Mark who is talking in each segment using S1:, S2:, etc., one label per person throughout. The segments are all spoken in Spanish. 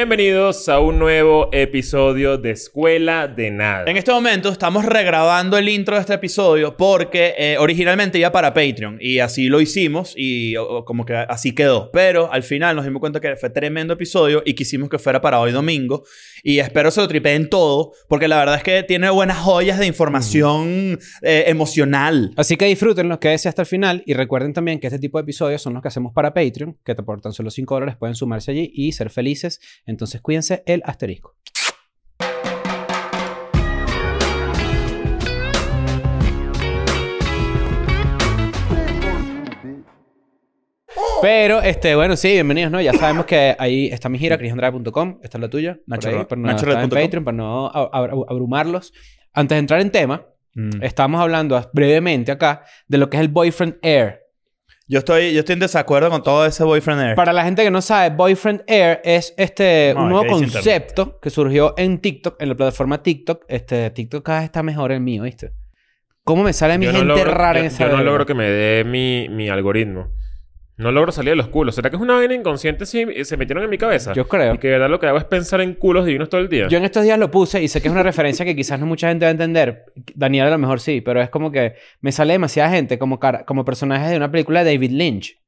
S1: Bienvenidos a un nuevo episodio de Escuela de Nada.
S2: En este momento estamos regrabando el intro de este episodio porque eh, originalmente iba para Patreon y así lo hicimos y o- o como que así quedó. Pero al final nos dimos cuenta que fue tremendo episodio y quisimos que fuera para hoy domingo. Y espero se lo tripeen todo porque la verdad es que tiene buenas joyas de información eh, emocional.
S3: Así que disfrútenlo, quédense hasta el final y recuerden también que este tipo de episodios son los que hacemos para Patreon, que por tan solo 5 dólares pueden sumarse allí y ser felices. Entonces cuídense el asterisco. Pero, este, bueno, sí, bienvenidos, ¿no? Ya sabemos que ahí está mi gira, crisandrade.com, esta es la tuya. por
S2: Nacho
S3: ahí,
S2: Ro-
S3: para no
S2: Nacho
S3: estar en
S2: Red punto com.
S3: Patreon, para no ab- ab- abrumarlos. Antes de entrar en tema,
S2: Eh,
S3: Estábamos hablando as- brevemente acá de lo que es el Boyfriend Air.
S2: Yo, estoy, yo estoy en desacuerdo con todo ese boyfriend air.
S3: Para la gente que no sabe, Boyfriend Air es este,
S1: Eh. No,
S3: un
S1: es
S3: nuevo
S1: que dice
S3: concepto que surgió en TikTok, en la plataforma TikTok. Este, TikTok cada vez está mejor el mío, ¿viste? ¿Cómo me sale a mi
S1: Yo no
S3: gente
S1: logro-
S3: rara
S1: yo-
S3: en esa
S1: Yo no
S3: verga?
S1: logro que me dé mi, mi algoritmo. No logro salir de los culos. ¿Será que es una vaina inconsciente si se metieron en mi cabeza?
S3: Yo creo.
S1: Y que de verdad lo que hago es pensar en culos divinos todo el día.
S3: Yo en estos días lo puse y sé que es una referencia que quizás no mucha gente va a entender. Daniel a lo mejor sí, pero es como que me sale demasiada gente como, cara- como personajes de una película de David Lynch.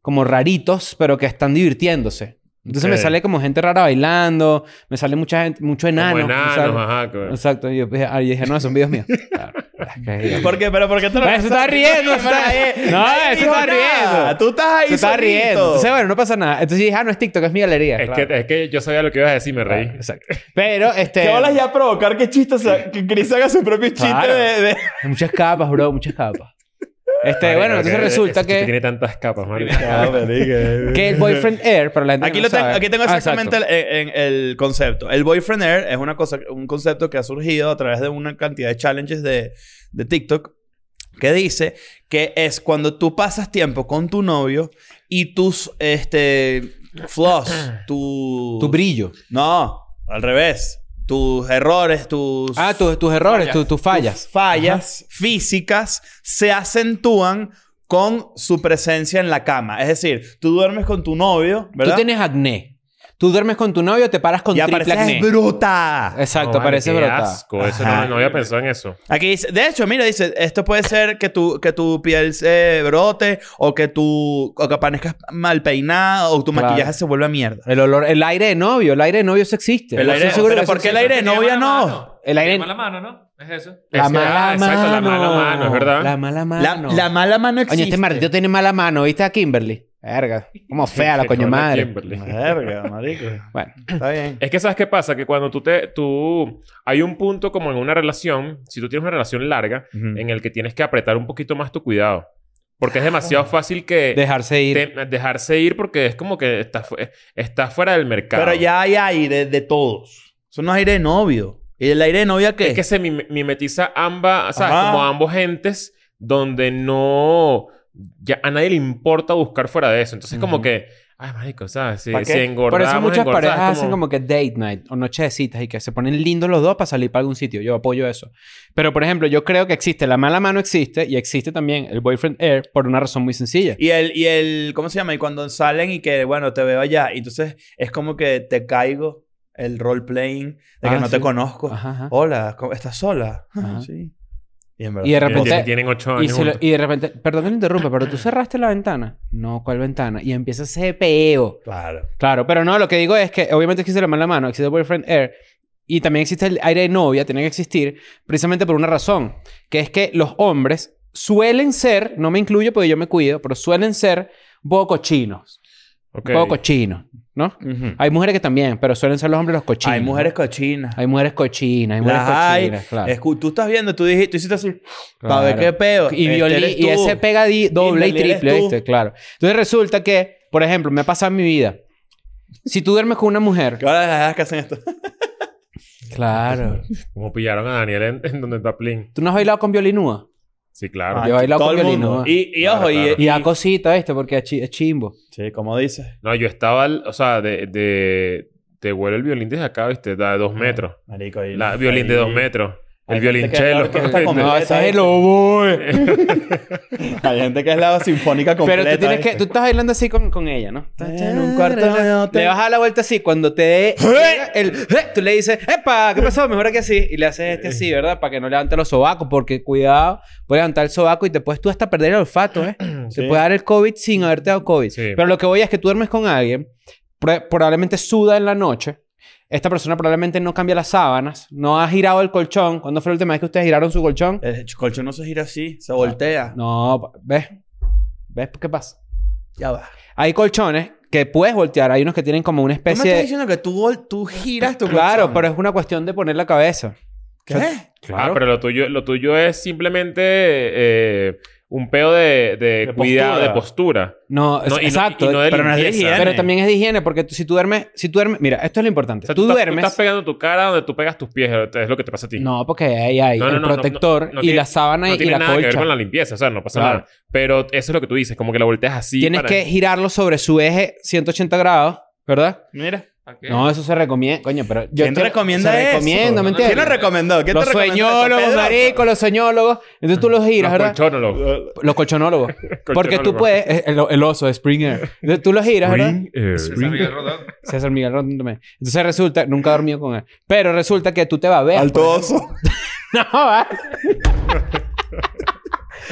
S3: Como raritos, pero que están divirtiéndose. Entonces me
S1: Ok.
S3: sale como gente rara bailando, me sale mucha gente, mucho
S1: Como
S3: enano.
S1: enanos,
S3: ¿sabes?
S1: ajá. que-
S3: Exacto. Y yo dije, ah, y dije, no, son videos míos. Claro. Es que-
S2: ¿Por qué? ¿Pero por qué te lo
S3: Bueno, se está riendo, se está- No,
S2: Nadie
S3: se
S2: dijo nada.
S3: está riendo.
S2: Tú estás ahí
S3: Se está
S2: solito.
S3: riendo. Entonces, bueno, no pasa nada. Entonces dije, ah, no es TikTok, es mi galería.
S1: Es,
S3: Claro.
S1: que, es que yo sabía lo que ibas a decir, me reí.
S3: Claro, exacto. Pero, este...
S2: ¿Qué olas ya a provocar que chistes? Que Chris haga su propio chiste
S3: Claro.
S2: de, de-
S3: Hay Muchas capas, bro, muchas capas. Este,
S1: Marico,
S3: bueno, entonces
S1: que- ese
S3: resulta
S1: chiste
S3: que,
S1: Tiene tantas capas, marico.
S3: que el Boyfriend Air, para la gente
S2: Aquí,
S3: que no
S2: lo tengo,
S3: sabe-
S2: aquí tengo
S3: Ah,
S2: exactamente el,
S3: exacto.
S2: en- el concepto. El boyfriend air es una cosa, un concepto que ha surgido a través de una cantidad de challenges de, de TikTok que dice que es cuando tú pasas tiempo con tu novio y tus este flaws, tu
S3: Tu brillo.
S2: no, al revés, tus errores, tus
S3: Ah, tus, tus errores,
S2: Fallas.
S3: tu- tus fallas.
S2: fallas físicas se acentúan con su presencia en la cama. Es decir, tú duermes con tu novio, ¿verdad?
S3: Tú tienes acné. Tú duermes con tu novio, te paras con
S2: y
S3: triple acné.
S2: apareces bruta.
S3: Exacto,
S1: No, vale,
S3: pareces
S1: qué
S3: brotada.
S1: asco. Eso no,
S2: Ajá.
S1: no había pensado en eso.
S2: Aquí dice, de hecho, mira, dice, esto puede ser que tu, que tu piel se brote o que tu, o que aparezcas mal peinada o tu
S3: Claro.
S2: maquillaje se vuelva mierda.
S3: El olor, el aire de novio, el aire de novio eso existe.
S2: El
S3: Yo
S2: aire-
S3: estoy seguro
S2: pero
S3: que
S2: ¿por
S3: eso
S2: qué el
S3: existe.
S2: aire de novia no?
S3: El aire-
S4: La mala mano, ¿no? Es eso.
S3: La
S1: Es-
S3: mala
S1: ah, exacto, la mala mano, es verdad.
S3: La mala
S2: La,
S3: mano.
S2: la mala mano existe.
S3: Coño, este maldito tiene mala mano, ¿viste a Kimberly? Verga. Como fea la coño
S1: Hola,
S3: madre.
S1: Kimberly.
S2: Verga, marico.
S3: Bueno,
S2: Está bien.
S1: Es que sabes qué pasa, que cuando tú te, tú, hay un punto como en una relación, si tú tienes una relación larga, en el que tienes que apretar un poquito más tu cuidado, porque es demasiado fácil
S2: Eh,
S1: que
S3: dejarse Ah. ir.
S1: te- dejarse ir porque es como que estás fu- estás fuera del mercado.
S2: Pero ya hay aire de todos. Eso no es aire de novio. ¿Y el aire de novia qué?
S1: es
S3: Eh.
S1: que se mim- mimetiza ambas, sabes,
S2: Ajá.
S1: como ambos gentes, donde no ya a nadie le importa buscar fuera de eso. Entonces como
S3: Ujú.
S1: que, ay marico, sabes, si,
S2: ¿Pa' qué?
S1: si engordamos,
S3: Por eso muchas
S1: engordamos,
S3: parejas
S1: ¿sabes?
S3: hacen como que date night o noche de citas y que se ponen lindos los dos para salir para algún sitio. Yo apoyo eso. Pero, por ejemplo, yo creo que existe la mala mano existe y existe también el boyfriend air por una razón muy sencilla.
S2: Y el, y el, ¿cómo se llama? Y cuando salen y que, bueno, te veo allá. Y entonces es como que te caigo el role playing de que
S3: Ah,
S2: no
S3: sí.
S2: te conozco.
S3: Ajá, ajá.
S2: Hola, ¿cómo- ¿estás sola?
S3: Ajá.
S2: sí. Y en verdad.
S3: Y de
S1: Tienen-
S3: repente...
S1: tienen ocho años.
S3: Y, se lo-
S1: juntos.
S3: y de repente, perdón que lo interrumpa, pero tú cerraste la ventana. No, ¿cuál ventana? Y empieza ese peo.
S2: Claro.
S3: Claro, pero no, lo que digo es que obviamente existe la mala mano, existe el boyfriend air y también existe el aire de novia, tiene que existir precisamente por una razón, que es que los hombres suelen ser, no me incluyo porque yo me cuido, pero suelen ser un poco cochinos,
S1: Ok.
S3: un poco cochinos, ¿no? Hay mujeres que también, pero suelen ser los hombres los cochinos.
S2: Hay
S3: ¿no?
S2: mujeres cochinas.
S3: Hay mujeres cochinas, hay mujeres
S2: Las hay.
S3: cochinas, claro.
S2: Escu- tú estás viendo, tú dijiste, tú hiciste así. Para ver
S3: Claro.
S2: qué peo.
S3: Y,
S2: Este
S3: violín-
S2: eres
S3: y
S2: tú.
S3: ese pega di- doble y
S2: Kimberly, eres
S3: triple,
S2: tú.
S3: ¿viste? Claro. Entonces resulta que, por ejemplo, me ha pasado en mi vida. Si tú duermes con una mujer...
S2: Que ahora las viejas que hacen esto.
S3: Claro.
S1: Como pillaron a Daniel en, en donde está Plin.
S3: ¿Tú no has bailado con violinúa?
S1: Sí, claro.
S3: yo he bailado
S2: todo
S3: con
S2: el mundo.
S3: violín, ¿no?
S2: Y, y
S1: Claro,
S2: ojo, y-
S1: claro.
S2: y,
S3: Y da cosita, ¿viste? Porque es, chi- es chimbo.
S2: Sí, como dices.
S1: No, yo estaba, al- o sea, de,
S3: Ah.
S1: de, te huele el violín desde acá, viste, da de dos metros.
S2: Marico, y
S1: La, violín de dos metros. El
S2: Hay gente
S1: violinchelo.
S2: que- que está como-
S3: No, ese es el oboe.
S2: Hay gente que es la sinfónica completa.
S3: Pero tú tienes que...
S2: ¿viste?
S3: Tú estás bailando así con, con ella, ¿no? Estás en un cuarto...
S2: Ah,
S3: Le vas a dar la vuelta así. Cuando te
S2: ¡Eh!
S3: dé... llega el- eh, Tú le dices... ¡Epa! ¿Qué pasó? Mejor que así. Y le haces este así, ¿verdad? Para que no levante los sobacos. Porque cuidado. Puede levantar el sobaco y te puedes tú hasta perder el olfato, ¿eh? Te
S2: Sí.
S3: puede dar el COVID sin haberte dado COVID.
S1: Sí.
S3: Pero lo que voy es que tú duermes con alguien, pro- probablemente suda en la noche. Esta persona probablemente no cambia las sábanas, no ha girado el colchón. ¿Cuándo fue la última vez que ustedes giraron su colchón?
S1: Eh.
S2: El colchón no se gira así, se voltea.
S3: Ah, No, pa- ¿ves? ¿Ves qué pasa?
S2: Ya va.
S3: Hay colchones que puedes voltear, hay unos que tienen como una
S2: Tú me estás
S3: especie de.
S2: diciendo que tú, vol- tú giras tu
S3: Pues eh. Claro,
S2: colchón?
S3: pero es una cuestión de poner la cabeza.
S2: ¿Qué?
S1: Ah, pero lo tuyo, lo tuyo es simplemente eh, un pedo de, de
S2: De
S1: cuidado,
S2: postura.
S1: de postura.
S3: No,
S1: No, y no- y
S3: exacto.
S1: no de
S2: pero no es de
S1: limpieza.
S2: higiene.
S3: pero también es de higiene, porque tú- si tú duermes, si tú duermes, mira, esto es lo importante.
S1: O sea,
S3: tú,
S1: estás-
S3: duermes.
S1: estás pegando tu cara donde tú pegas tus pies. Es lo que te pasa a ti.
S3: No, porque ahí hay
S1: No, no,
S3: el
S1: no, no,
S3: protector
S1: no, no
S3: y
S1: tiene-
S3: la sábana
S1: no
S3: y
S1: tiene
S3: la
S1: nada que ver
S3: colcha.
S1: con la limpieza. O sea, no pasa
S3: Claro.
S1: nada. Pero eso es lo que tú dices. Como que la volteas así.
S3: Tienes
S1: para-
S3: que girarlo sobre su eje 180 grados, ¿verdad?
S2: Mira.
S3: No, eso se recomienda, coño, pero yo
S2: ¿Quién te
S3: estoy-
S2: recomienda
S3: se
S2: eso?
S3: recomienda, ¿me entiendes?
S2: ¿Quién lo recomendó? ¿Quién
S3: los
S2: te recomendó
S3: sueñólogos,
S2: eso, Pedro?
S3: marico, los sueñólogos. Entonces tú los
S1: Los
S3: giras, ¿verdad?
S1: colchonólogos.
S2: Eh,
S3: Los colchonólogos. Porque tú
S1: Colchonólogos.
S3: puedes... eh, El, el oso, Springer. Entonces tú los giras, ¿verdad?
S1: Ring, eh,
S4: César
S1: ring.
S4: Miguel Rodón.
S3: César Miguel Rondón también. Entonces resulta... Nunca he dormido con él. Pero resulta que tú te babeas.
S2: Alto
S3: pues,
S2: oso.
S3: No, va.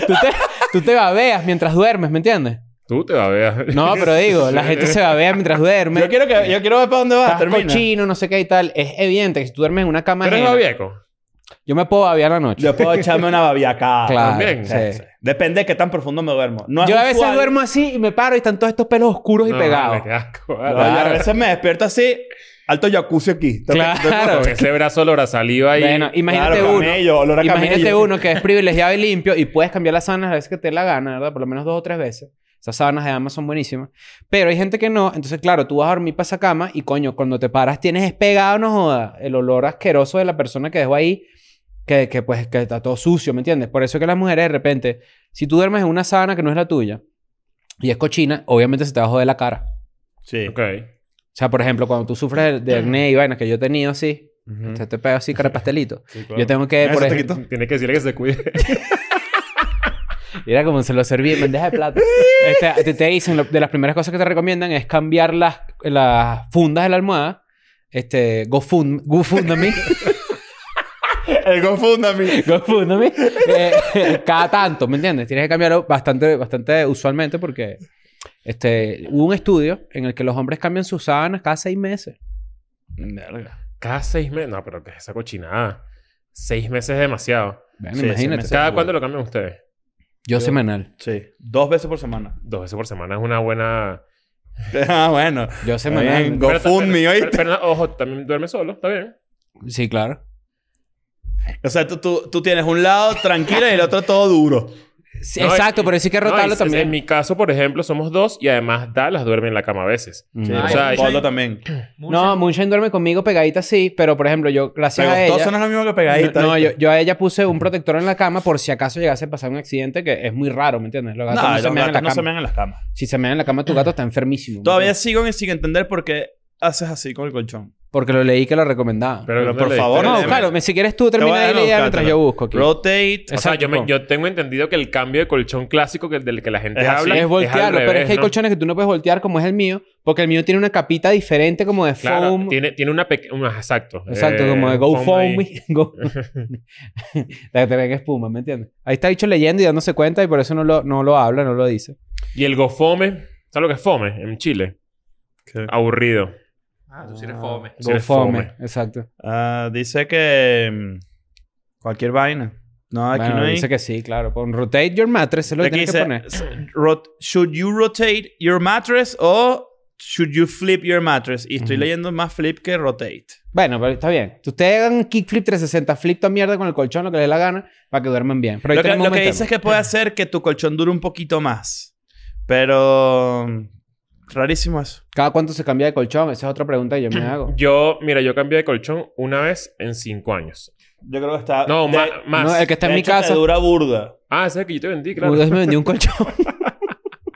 S3: tú, te, tú te babeas mientras duermes, ¿me entiendes?
S1: Tú te vas a ver.
S3: No, pero digo, la gente se babea mientras duerme.
S2: Yo quiero, que, yo quiero ver para dónde vas.
S3: estás
S2: Termina.
S3: cochino, no sé qué y tal. Es evidente que si tú duermes en una cama
S1: Pero es
S3: ajena,
S1: babieco.
S3: yo me puedo babear la noche. Ah,
S2: Yo puedo echarme una babiacada.
S3: claro.
S1: también,
S3: sí.
S2: Sí, sí. Depende de qué tan profundo me duermo. No es
S3: Yo a veces
S2: usual.
S3: duermo así y me paro y están todos estos pelos oscuros y
S1: No,
S3: pegados.
S1: vale, qué asco,
S2: No,
S1: vale.
S2: yo a veces me despierto así. Alto jacuzzi aquí.
S3: Claro.
S1: Con ese brazo olor a saliva ahí.
S3: Bueno, imagínate
S2: Claro,
S3: uno.
S2: camello, olor a
S3: Imagínate
S2: camello.
S3: uno que es privilegiado y limpio y puedes cambiar las sábanas a veces que te dé la gana, ¿verdad? Por lo menos dos o tres veces. Esas sábanas de Amazon son buenísimas. Pero hay gente que no. Entonces, claro, tú vas a dormir para esa cama y, coño, cuando te paras tienes despegado, no joda, el olor asqueroso de la persona que dejó ahí, que, que pues, que está todo sucio, ¿me entiendes? Por eso que las mujeres, de repente, si tú duermes en una sábana que no es la tuya y es cochina, obviamente se te va a joder la cara.
S2: Sí.
S1: Ok.
S3: O sea, por ejemplo, cuando tú sufres de, de acné y vainas que yo he tenido así, se te pega así, cara de pastelito.
S1: Sí, claro.
S3: Yo tengo que,
S2: Mira,
S3: por
S2: se te
S3: ejemplo,
S2: quitó.
S1: Tiene que decirle que se cuide.
S3: Mira cómo se lo serví en bandeja de plata. Este, te, te dicen, lo- de las primeras cosas que te recomiendan es cambiar las, las fundas de la almohada. Este, GoFund, GoFundMe.
S2: El confunda a mí.
S3: GoFundMe. Eh, cada tanto, ¿me entiendes? Tienes que cambiarlo bastante, bastante usualmente porque este, hubo un estudio en el que los hombres cambian sus sábanas cada seis meses.
S1: Cada seis meses. No, pero que es esa cochinada. Seis meses es demasiado.
S3: Bueno,
S2: Sí,
S3: imagínate.
S2: seis meses.
S1: ¿Cada
S2: Seguro.
S1: cuándo lo cambian ustedes?
S3: Yo,
S2: Yo-
S3: semanal.
S2: Sí. Dos veces por semana.
S1: Dos veces por semana es una buena.
S2: Ah, bueno.
S3: Yo
S2: Está bien,
S3: semanal.
S2: go- GoFundMe,
S1: pero-
S2: ¿oíste?
S1: pero- pero, ojo, también duerme solo, está bien.
S3: Sí, claro.
S2: O sea, tú, tú, tú tienes un lado tranquilo y el otro todo duro.
S3: Sí,
S1: No,
S3: exacto,
S1: y-
S3: pero sí hay que
S1: No,
S3: rotarlo
S1: es- es-
S3: también.
S1: En mi caso, por ejemplo, somos dos y además Dallas duerme en la cama a veces.
S3: Mm.
S2: Sí,
S4: Ah,
S2: o
S4: y
S2: sea,
S4: Moonshine.
S2: Pablo también.
S3: No, Moonshine duerme conmigo pegadita sí, pero por ejemplo, yo gracias a ella...
S2: Pegostoso no es lo mismo que pegadita.
S3: No, no, yo,
S2: ¿viste?
S3: yo a ella puse un protector en la cama por si acaso llegase a pasar un accidente que es muy raro, ¿me entiendes? Los
S2: No,
S3: gatos no, se
S2: los
S3: mean en la
S2: gatos no
S3: cama.
S2: se mean en las camas.
S3: Si se mean en la cama, tu gato está enfermísimo. ¿me
S2: Todavía
S3: entiendes?
S2: sigo en- sin entender por qué haces así con el colchón.
S3: Porque lo leí que lo recomendaba.
S1: Pero, ¿dónde
S2: por
S1: le diste?
S2: favor,
S3: no,
S2: léeme.
S3: claro, me- si quieres tú
S2: voy a
S3: termina ahí
S2: dar
S3: la
S2: un
S3: idea
S2: cátalo.
S3: mientras yo busco aquí.
S2: Rotate.
S1: O sea, yo, me-
S3: Exacto.
S1: yo tengo entendido que el cambio de colchón clásico que, del que la gente
S2: Es así.
S1: habla
S3: Es voltearlo,
S1: al
S3: pero es
S1: revés,
S3: que hay
S1: ¿no?
S3: colchones que tú no puedes voltear como es el mío, porque el mío tiene una capita diferente como de
S1: Claro,
S3: foam.
S1: tiene, tiene una pequeña... Exacto.
S3: Exacto,
S1: eh,
S3: como de Go
S1: foam
S3: Foam.
S1: ahí.
S3: Me, Go- La que te ven espuma, ¿me entiendes? Ahí está dicho leyendo y dándose cuenta y por eso no lo, no lo habla, no lo dice.
S1: Y el gofome... ¿Sabes lo que es fome? En Chile. Aburrido.
S4: Ah, tú sí eres fome.
S1: Sí, eres
S3: GoFome,
S1: fome.
S3: exacto.
S2: Ah, dice que mm, cualquier vaina. No, aquí
S3: Bueno,
S2: no hay.
S3: dice que sí, claro. Pon rotate your mattress, es lo que
S2: Aquí
S3: tienes que
S2: dice,
S3: poner.
S2: rot- should you rotate your mattress o should you flip your mattress? Y estoy
S3: Ujú.
S2: leyendo más flip que rotate.
S3: Bueno, pero está bien. Ustedes hagan kickflip 360, flip toda mierda con el colchón, lo que les dé la gana, para que duerman bien. Pero ahí
S2: Lo que,
S3: tenemos
S2: lo
S3: un
S2: que
S3: tema.
S2: dice es que puede hacer que tu colchón dure un poquito más. Pero mm, rarísimo eso.
S3: ¿Cada cuánto se cambia de colchón? Esa es otra pregunta que yo me hago.
S1: Yo, mira, yo cambié de colchón una vez en cinco años.
S2: Yo creo que está.
S1: No,
S2: de-
S1: ma- más.
S3: No, el que está
S2: de
S3: en mi
S2: hecho, te
S3: casa.
S2: dura burda.
S1: Ah, ese es el que yo te vendí, claro.
S3: Ustedes me vendió un colchón.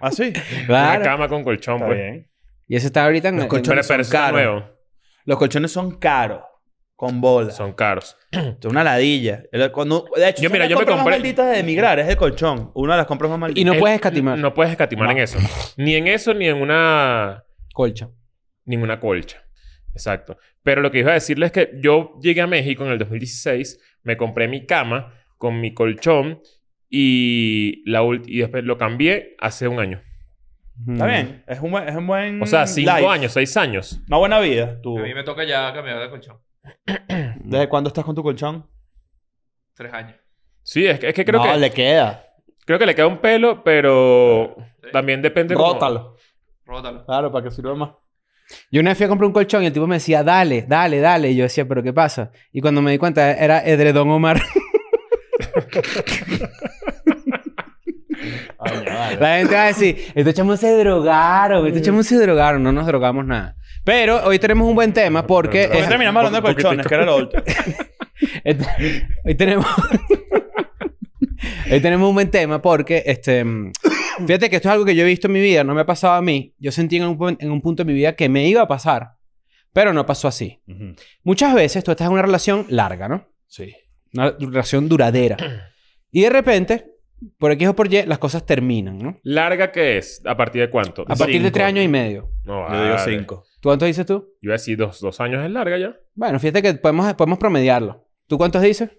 S2: ¿Ah, sí?
S1: Una
S3: claro.
S1: cama con colchón,
S2: Está
S1: pues.
S2: bien.
S3: Y ese está ahorita en...
S2: Los
S3: en-
S2: colchones
S1: Pero, pero
S2: son
S1: eso está
S2: caros.
S1: nuevo.
S2: Los colchones son caros. con bolas.
S1: Son caros.
S2: Esto es una ladilla. El- Cuando, de hecho,
S1: Yo,
S2: son
S1: mira,
S2: las
S1: yo me
S2: compras más
S1: compré-
S2: malditas de emigrar es el colchón. Una de las compras más malditas.
S3: Y no
S1: El-
S3: puedes escatimar.
S1: No puedes escatimar
S2: No.
S1: en eso. Ni en eso, ni en una
S3: Colcha.
S1: ninguna colcha. Exacto. Pero lo que iba a decirles es que yo llegué a México en el 2016, me compré mi cama con mi colchón y, la ult- y después lo cambié hace un año.
S3: Mm.
S2: Está bien. Es un buen. Es un buen
S1: O sea, cinco
S2: Mm, life.
S1: años, seis años.
S2: Una buena vida. Tú.
S4: A mí me toca ya cambiar de colchón.
S2: ¿Desde cuándo estás con tu colchón?
S4: Tres años.
S1: Sí, es que, es que creo,
S2: no,
S1: que,
S2: le queda.
S1: creo que le queda un pelo, pero
S4: Sí.
S1: también depende... como-
S2: Rótalo.
S4: Rótalo.
S2: Claro, para que sirva más.
S3: Yo una vez fui a comprar un colchón y el tipo me decía, dale, dale, dale. Y yo decía, ¿pero qué pasa? Y cuando me di cuenta, era Edredón Omar.
S2: Ay, Ah, vale.
S3: La gente va a decir, estos chamos se drogaron, estos chamos se drogaron. No nos drogamos nada. Pero hoy tenemos un buen tema porque...
S1: Pero
S2: Pues
S3: es-
S2: terminamos hablando de
S1: Un poquitico.
S2: colchones, que era lo último.
S3: Este- Hoy tenemos. Hoy tenemos un buen tema porque, este. mm, Fíjate que esto es algo que yo he visto en mi vida, no me ha pasado a mí. Yo sentí en un, puen- en un punto de mi vida que me iba a pasar, pero no pasó así. Muchas veces tú estás en una relación larga, ¿no?
S2: Sí.
S3: Una relación duradera. Y de repente, por X o por Y, las cosas terminan, ¿no?
S1: ¿Larga que es? ¿A partir de cuánto?
S3: A partir de
S2: Cinco.
S3: tres años y medio.
S1: No,
S2: Yo digo
S1: vale.
S2: cinco.
S3: ¿Tú cuántos dices tú?
S1: Yo iba a decir dos, dos años es larga ya.
S3: Bueno, fíjate que podemos, podemos promediarlo. ¿Tú cuántos dices?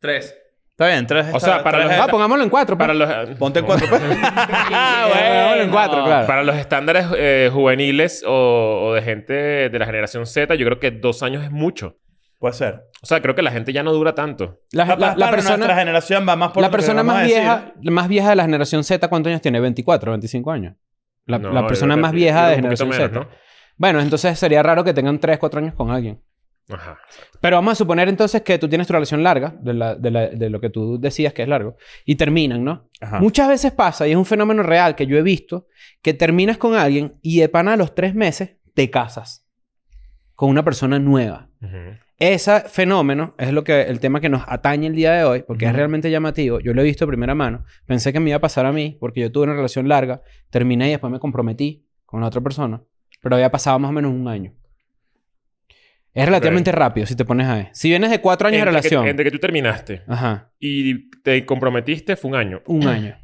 S4: Tres.
S2: Está bien, tres.
S1: O sea, para los-
S3: Ah, pongámoslo en cuatro.
S1: Para
S3: Para
S1: los...
S2: Ponte en cuatro. pues. ah,
S3: Pongámoslo en cuatro, claro.
S1: Para los estándares eh, juveniles o, o de gente de la generación Z, yo creo que dos años es mucho.
S2: Puede ser.
S1: O sea, creo que la gente ya no dura tanto.
S3: La,
S2: Capaz
S3: la- la
S2: para
S3: persona.
S2: nuestra generación va más por
S3: la
S2: lo que
S3: persona
S2: vamos a
S3: más
S2: decir.
S3: vieja, la más vieja de la generación Z, ¿cuántos años tiene? 24, 25 años. La,
S1: No,
S3: la
S1: yo
S3: persona
S1: creo
S3: más
S1: que-
S3: vieja de
S1: un poquito
S3: generación Z.
S1: menos,
S3: Bueno, entonces sería raro que tengan 3, 4 años con alguien.
S1: ¿no? Ajá.
S3: Pero vamos a suponer entonces que tú tienes tu relación larga, de, la- de la- de lo que tú decías que es largo, y terminan, ¿no?
S2: Ajá.
S3: Muchas veces pasa, y es un fenómeno real que yo he visto, que terminas con alguien y de pana a los 3 meses te casas con una persona nueva.
S1: Ujú.
S3: Ese fenómeno es lo que el tema que nos atañe el día de hoy, porque es
S1: Ujú.
S3: realmente llamativo. Yo lo he visto de primera mano. Pensé que me iba a pasar a mí, porque yo tuve una relación larga, terminé y después me comprometí con la otra persona, pero había pasado más o menos un año. Es relativamente rápido si te pones a ver. Si vienes de cuatro años de
S1: Entre que-
S3: relación,
S1: entre que tú terminaste
S3: ajá,
S1: y te comprometiste fue un año.
S3: un año.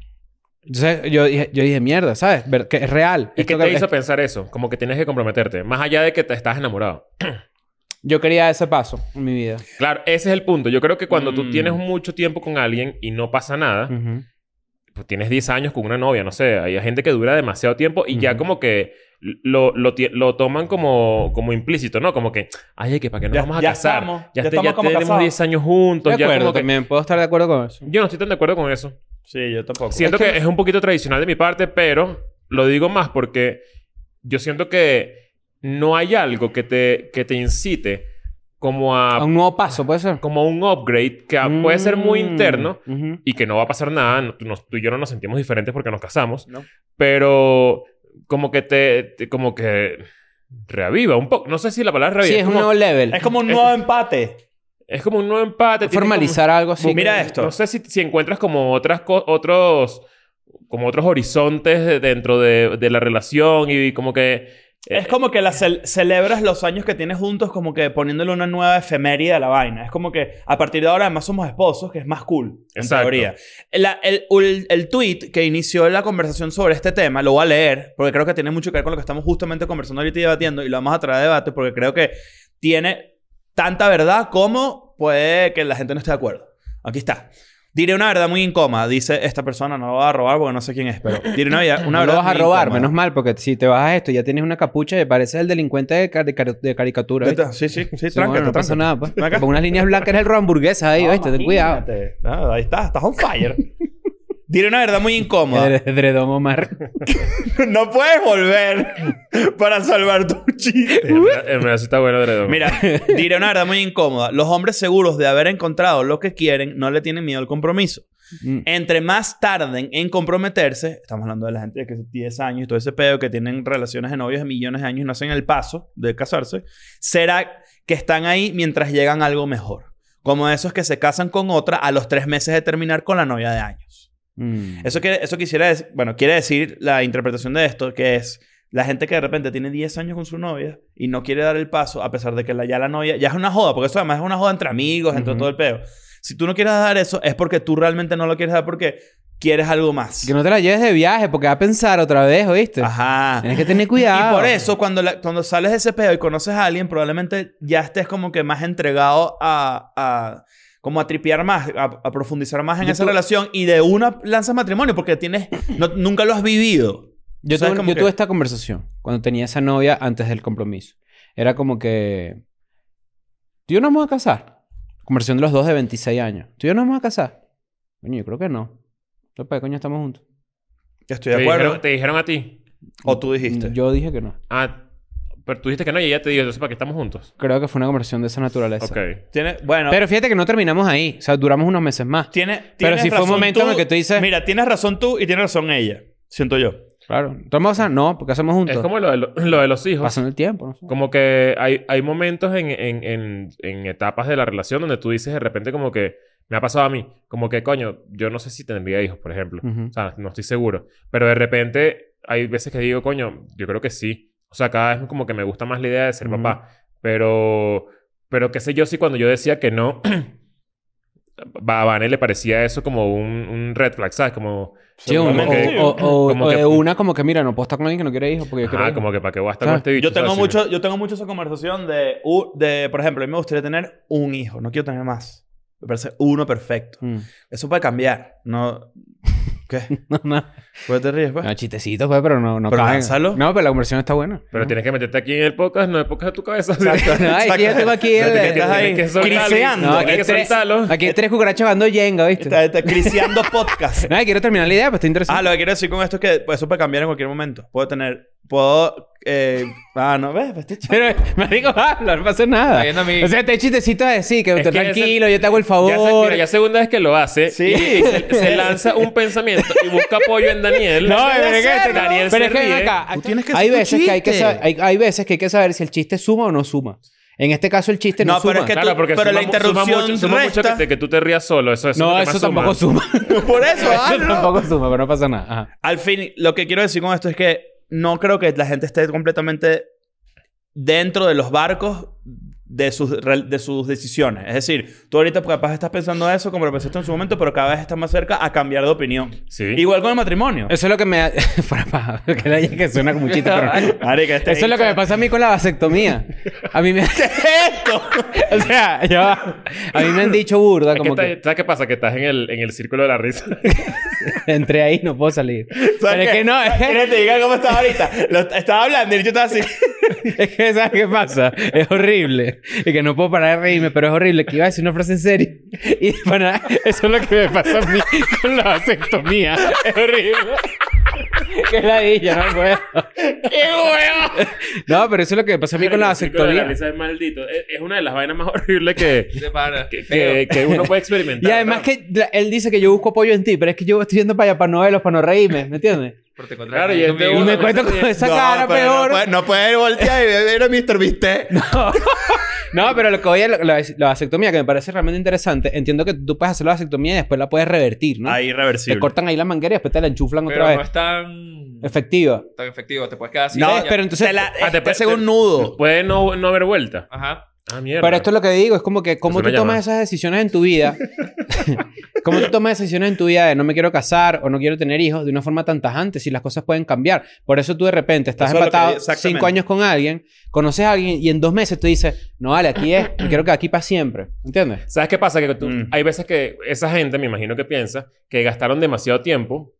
S3: Entonces yo dije, yo dije mierda, ¿sabes? Ver- que es real.
S1: ¿Y qué
S3: Esto
S1: te
S3: que-
S1: hizo pensar eso? Como que tienes que comprometerte. Más allá de que te estás enamorado.
S3: Yo quería ese paso en mi vida.
S1: Claro, ese es el punto. Yo creo que cuando tú
S2: Mm.
S1: tienes mucho tiempo con alguien y no pasa nada,
S3: Ujú.
S1: pues tienes 10 años con una novia, no sé. Hay gente que dura demasiado tiempo y ya
S3: Ujú.
S1: como que lo, lo, ti- lo toman como, como implícito, ¿no? Como que, ay, es que para qué nos
S2: Ya-
S1: vamos a
S2: ya
S1: casar.
S2: estamos,
S1: ya
S2: ya
S1: te-
S2: estamos
S1: ya
S2: como
S1: tenemos
S2: casados.
S1: 10 años juntos.
S3: De
S1: Ya
S3: acuerdo,
S1: como que...
S3: también puedo estar de acuerdo con eso.
S1: Yo no estoy tan de acuerdo con eso.
S2: Sí, yo tampoco.
S1: Siento que, es un poquito tradicional de mi parte, pero lo digo más porque yo siento que no hay algo que te, que te incite como a,
S3: A un Mm. nuevo paso, puede ser.
S1: como a un upgrade que a- puede ser muy interno
S3: Ujú.
S1: y que no va a pasar nada. No- tú, nos- tú y yo no nos sentimos diferentes porque nos casamos,
S2: No.
S1: pero como que te, te- como que reaviva un poco. No sé si la palabra reaviva.
S3: Sí, es
S1: es,
S3: un
S1: como,
S3: nuevo level.
S2: Es como un nuevo empate.
S1: es como un nuevo empate. tiene
S3: formalizar algo
S1: como-
S3: así.
S2: Mira esto.
S1: No sé si, si encuentras como otras co- otros como otros horizontes de- dentro de, de la relación y como que eh,
S2: Es como que la cel- celebras los años que tienes juntos como que poniéndole una nueva efeméride a la vaina. Es como que a partir de ahora además somos esposos, que es más cool, en
S1: Exacto.
S2: teoría. La- el, el, el tweet que inició la conversación sobre este tema lo voy a leer porque creo que tiene mucho que ver con lo que estamos justamente conversando ahorita y debatiendo y lo vamos a traer a debate porque creo que tiene tanta verdad como puede que la gente no esté de acuerdo. Aquí está. Diré una verdad muy incómoda, dice esta persona, no la voy a robar porque no sé quién es, pero diré una, vida- una
S3: no
S2: verdad
S3: lo vas a
S2: muy
S3: robar,
S2: incómoda.
S3: menos mal, porque si te vas a esto ya tienes una capucha y pareces el delincuente de, car- de car- de caricatura. ¿viste?
S2: Sí, sí, sí,
S3: Sí, bueno,
S2: tranca,
S3: no pasa nada, pues.
S2: Tranca.
S3: Con unas líneas blancas eres el ro hamburguesa ahí, ¿viste? Ten cuidado.
S2: Imagínate. Ah, ahí estás, estás on fire. Diré una verdad muy incómoda.
S3: Edre- Edredón Omar.
S2: no puedes volver para salvar tu chiste.
S1: en verdad- en verdad sí está bueno Dredón.
S2: Mira, diré una verdad muy incómoda. Los hombres seguros de haber encontrado lo que quieren no le tienen miedo al compromiso.
S3: Mm.
S2: Entre más tarden en comprometerse, estamos hablando de la gente que tiene 10 años y todo ese pedo, que tienen relaciones de novios de millones de años y no hacen el paso de casarse, será que están ahí mientras llegan a algo mejor. Como esos que se casan con otra a los tres meses de terminar con la novia de años.
S3: Mm.
S2: Eso, quiere, eso quisiera decir, bueno, quiere decir la interpretación de esto, que es La gente que de repente tiene 10 años con su novia y no quiere dar el paso, a pesar de que la, ya la novia, ya es una joda, porque eso además es una joda entre amigos, entre
S3: Ujú.
S2: todo el peo. Si tú no quieres dar eso, es porque tú realmente no lo quieres dar porque quieres algo más.
S3: Que no te la lleves de viaje porque va a pensar otra vez, ¿oíste?
S2: Ajá.
S3: Tienes que tener
S2: Y
S3: cuidado.
S2: por eso, cuando, la- cuando sales de ese pedo y conoces a alguien, probablemente ya estés como que más entregado a... a- como a tripear más, a, a profundizar más en
S3: Yo
S2: esa
S3: tuve-
S2: relación y de una lanzas matrimonio porque tienes... no- nunca lo has vivido.
S3: Yo,
S2: ¿Sabes
S3: tuve,
S2: cómo
S3: yo
S2: que?
S3: tuve esta conversación cuando tenía esa novia antes del compromiso. Era como que. Tú y yo nos vamos a casar. Conversión de los dos de 26 años. Tú y yo nos vamos a casar. Coño, yo creo que no. Entonces, ¿Para qué coño estamos juntos?
S2: Estoy
S1: ¿Te
S2: de acuerdo.
S1: dijeron, te dijeron a ti.
S2: O tú dijiste.
S3: Yo dije que no.
S1: Ah, pero tú dijiste que no y ella te dijo, entonces, ¿para qué estamos juntos?
S3: Creo que fue una conversión de esa naturaleza.
S1: Ok.
S2: Tiene- bueno,
S3: Pero fíjate que no terminamos ahí. O sea, duramos unos meses más.
S2: tiene,
S3: pero
S2: tienes
S3: si fue un
S2: razón
S3: momento en el que tú dices-
S2: Mira, tienes razón tú y tienes razón ella. Siento yo.
S3: Claro. ¿Tomamos a No, porque hacemos juntos.
S1: Es como lo de, lo- lo de los hijos.
S3: Pasando el tiempo. ¿no?
S1: Como que hay, hay momentos en, en, en, en etapas de la relación donde tú dices de repente como que... Me ha pasado a mí. Como que, coño, yo no sé si tendría hijos, por ejemplo.
S3: Ujú.
S1: O sea, no estoy seguro. Pero de repente hay veces que digo, coño, yo creo que sí. O sea, cada vez como que me gusta más la idea de ser
S3: Ujú.
S1: papá. Pero, pero qué sé yo, si cuando yo decía que no, a Vane le parecía eso como un, un red flag, ¿sabes? Como,
S3: Sí, un- o,
S1: Seguramente.
S3: o- o-
S1: Como
S3: o de
S1: que-
S3: una como que, mira, no puedo estar con alguien que no quiere hijos porque yo quiero
S1: ah,
S3: hijos.
S1: como que para qué voy a estar
S3: Claro.
S1: con este bicho.
S2: Yo tengo,
S1: ¿sabes?
S2: mucho, yo tengo mucho esa conversación de, u- de, por ejemplo, a mí me gustaría tener un hijo, no quiero tener más. Me parece uno perfecto.
S3: Mm.
S2: Eso puede cambiar. No. ¿Qué?
S3: No, no.
S2: ¿Por qué te ríes, pues?
S3: No, chistecitos, pues, pero no, no
S2: Pero
S3: caben.
S2: lánzalo.
S3: No, pero la conversión está buena.
S1: Pero tienes que meterte aquí en el podcast, no en el podcast de tu cabeza. ¿sí?
S3: No, es que yo tengo aquí
S2: No,
S3: el-
S1: Tienes que-
S2: Estás ahí,
S1: tienes que soltarlo.
S2: criseando. Este,
S1: No,
S3: aquí hay
S1: tienes que
S3: tres-
S1: soltarlo.
S3: Aquí hay tres cucarachas jugando Jenga, ¿viste?
S2: Está, está este, criseando podcast.
S3: No, quiero terminar la idea, pero
S2: Ah,
S3: está interesante.
S2: lo que quiero decir con esto es que pues, eso puede cambiar en cualquier momento. Puedo tener. Puedo. eh, ah, no, ves, este chico.
S3: Pero, marico, habla, no pasa nada.
S4: Está viendo a mí.
S3: O sea, este chistecito es así, que
S1: Es
S3: tú
S1: que
S3: tranquilo,
S1: ya se-
S3: yo te hago el
S1: Ya, se-
S3: favor.
S1: mira, ya segunda vez que lo hace.
S2: Sí.
S1: Y se, se lanza un pensamiento y busca apoyo en Daniel.
S3: No, pero es que,
S1: Daniel Daniel ¿eh? se
S3: pero es que ven
S1: ríe.
S3: acá,
S2: Tú tienes que
S3: hay
S2: hacer tu
S3: veces que hay que
S2: chiste.
S3: saber, hay, hay veces que hay que saber si el chiste suma o no suma. En este caso el chiste no,
S2: No, pero es
S3: suma.
S2: que-
S1: Claro, porque
S2: pero
S1: suma
S2: la
S1: mu- suma
S2: interrupción
S1: mucho, suma mucho que,
S2: resta.
S1: te, que tú te rías solo. Eso, eso
S3: No,
S1: es lo que
S3: eso
S1: más suma.
S3: tampoco suma.
S2: Por eso, ah,
S3: Eso
S2: no.
S3: tampoco suma, pero no pasa nada. Ajá.
S2: Al fin, lo que quiero decir con esto es que no creo que la gente esté completamente dentro de los barcos de sus, re- de sus decisiones. Es decir, tú ahorita capaz estás pensando eso como lo pensaste en su momento, pero cada vez estás más cerca a cambiar de opinión.
S1: Sí.
S2: Igual con el matrimonio.
S3: Eso es lo que me... Fuera paja, que la que suena como un chiste, pero no.
S2: Marica, este
S3: Eso es lo que me pasa a mí con la vasectomía. A mí me...
S2: ¡Esto!
S3: o sea, ya va. A mí me han dicho burda,
S1: Es que
S3: como
S1: estás-
S3: que
S1: ¿Sabes qué pasa? Que estás en el, en el círculo de la risa.
S3: entré ahí no puedo salir. Pero es
S2: qué?
S3: que no, es que-
S2: ¿Quieres te diga cómo estás ahorita? Lo- estaba hablando y yo estaba así.
S3: Es que, ¿sabes qué pasa? Es horrible. Y que no puedo parar de reírme, pero es horrible que iba a decir una frase en serio. Y para eso es lo que me pasa a mí con la vasectomía. Es horrible. Que ladilla, no puedo.
S1: ¡Qué huevo!
S3: No, pero eso es lo que me pasa a mí con la
S1: El círculo de la
S3: vasectomía.
S1: risa es maldito. Es, es una de las vainas más horribles que,
S4: De pana.
S1: que,
S4: Feo.
S1: que- que uno puede experimentar.
S3: Y además
S1: ¿verdad?
S3: que la- él dice que yo busco apoyo en ti, pero es que yo estoy yendo para allá para no verlos, para no reírme, ¿me entiendes?
S4: Pero te encontré
S1: Claro,
S4: aquí
S1: y
S4: conmigo.
S1: este
S3: Y me
S1: uno-
S3: cuento con esa cara
S2: pero
S3: peor.
S2: No puede, no puede voltear y ver a Mr. Viste.
S3: No, pero lo que voy a la, la- la vasectomía, que me parece realmente interesante, entiendo que tú puedes hacer la vasectomía y después la puedes revertir, ¿no?
S2: Ahí,
S3: Te
S2: reversible.
S3: cortan ahí la manguera y después te la enchuflan
S4: Pero
S3: otra
S4: no
S3: vez.
S4: es tan,
S3: Efectiva.
S4: tan efectivo. Te puedes quedar así.
S3: No,
S4: Ya-
S3: pero entonces.
S2: Te la- eh,
S1: Ah, te-
S2: te hace
S1: te-
S2: un nudo.
S1: Puede no, no haber vuelta.
S4: Ajá.
S1: Ah, mierda.
S3: Pero esto es lo que digo, es como que como
S1: Es una
S3: tú tomas
S1: llamada.
S3: esas decisiones en tu vida, como tú tomas decisiones en tu vida de no me quiero casar o no quiero tener hijos de una forma tan tajante, si las cosas pueden cambiar. Por eso tú de repente estás
S2: Eso es lo que
S3: empatado
S2: digo, exactamente.
S3: cinco años con alguien, conoces a alguien y en dos meses tú dices, no vale, aquí es, me quiero quedar aquí para siempre. ¿Entiendes?
S1: ¿Sabes qué pasa? Que tú-
S2: Mm.
S1: hay veces que esa gente, me imagino que piensa, que gastaron demasiado tiempo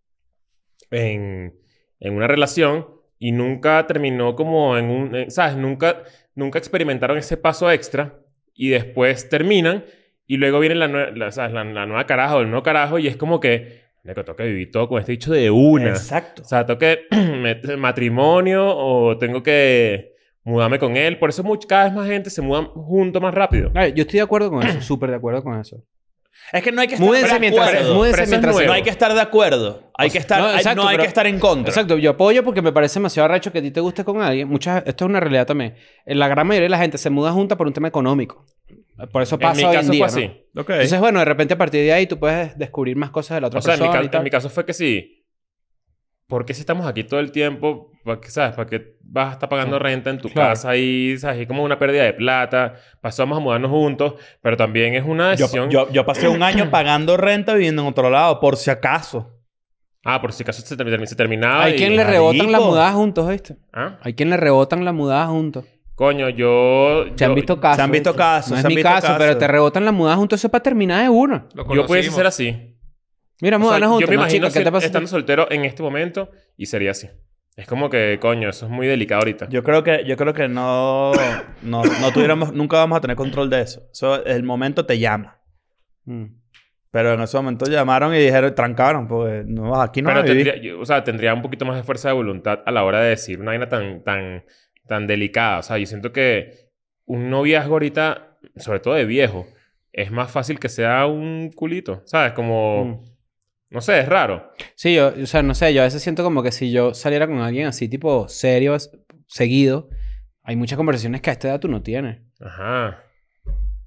S1: en, en una relación y nunca terminó como en un... en- ¿Sabes? Nunca, nunca experimentaron ese paso extra y después terminan y luego viene la, nue- la- ¿sabes? la- la nueva caraja o el nuevo carajo y es como que... "Marico, Tengo que vivir todo con este dicho de una.
S2: Exacto.
S1: O sea, tengo que meter matrimonio o tengo que mudarme con él. Por eso much- cada vez más gente se muda junto más rápido.
S3: A ver, yo estoy de acuerdo con eso, súper de acuerdo con eso.
S2: Es que no hay que estar
S3: Múdense
S2: de
S3: mientras,
S2: acuerdo.
S1: muy-
S3: múdense
S1: Pero eso es
S3: mientras
S1: nuevo.
S2: No hay que estar de acuerdo. Hay que estar,
S3: no,
S2: hay- no,
S3: exacto,
S2: hay
S3: pero-
S2: que estar en contra.
S3: Exacto, yo apoyo porque me parece demasiado arrecho que a ti te guste con alguien. Muchas, esto es una realidad también. Eh, La gran mayoría de la gente se muda junta por un tema económico. Por eso
S1: En
S3: pasa
S1: mi
S3: hoy
S1: caso
S3: en día,
S1: fue así.
S3: ¿no? Entonces, bueno, de repente a partir de ahí tú puedes descubrir más cosas de la otra
S1: O sea, en mi,
S3: persona.
S1: ca-
S3: y tal.
S1: en mi caso fue que sí. ¿por qué si estamos aquí todo el tiempo? ¿Para qué, ¿Sabes? ¿Para qué vas a estar pagando renta en tu
S3: Claro.
S1: casa ahí? ¿Sabes? Es como una pérdida de plata. Pasamos a mudarnos juntos, pero también es una
S2: Yo,
S1: decisión.
S2: yo- yo pasé un año pagando renta viviendo en otro lado, por si acaso.
S1: Ah, por si acaso se, termi- se terminaba.
S3: Hay
S1: y-
S3: quien le rebotan la
S2: marico.
S3: mudada juntos, ¿viste?
S1: Ah,
S3: Hay quien le rebotan la mudada juntos.
S1: Coño, yo.
S3: Se han
S1: yo-
S3: visto casos.
S2: se han visto
S3: ¿viste?
S2: casos,
S3: No
S2: se
S3: es
S2: han
S3: mi
S2: visto
S3: caso,
S2: casos.
S3: pero te rebotan la mudada juntos. Eso es para terminar de una.
S1: Yo pudiese ser así.
S3: Mira,
S1: O sea,
S3: mudanos
S1: yo
S3: juntos.
S1: me
S3: No,
S1: imagino
S3: chica, ¿qué te
S1: si
S3: pasa?
S1: estando soltero en este momento y sería así. Es como que, coño, eso es muy delicado ahorita.
S2: Yo creo que, yo creo que no, no, no tuviéramos, nunca vamos a tener control de eso. Eso, el momento te llama.
S3: Mm.
S2: Pero en ese momento llamaron y dijeron, trancaron, porque no vas aquí, no
S1: Pero
S2: vas a vivir.
S1: tendría, yo- o sea, tendría un poquito más de fuerza de voluntad a la hora de decir una vaina tan, tan, tan delicada. O sea, yo siento que un noviazgo ahorita, sobre todo de viejo, es más fácil que sea un culito. ¿Sabes? Como,
S3: Mm.
S1: no sé, es raro.
S3: Sí, yo, o sea, no sé, yo a veces siento como que si yo saliera con alguien así, tipo, serio, as- seguido, hay muchas conversaciones que a esta edad tú no tienes.
S1: Ajá.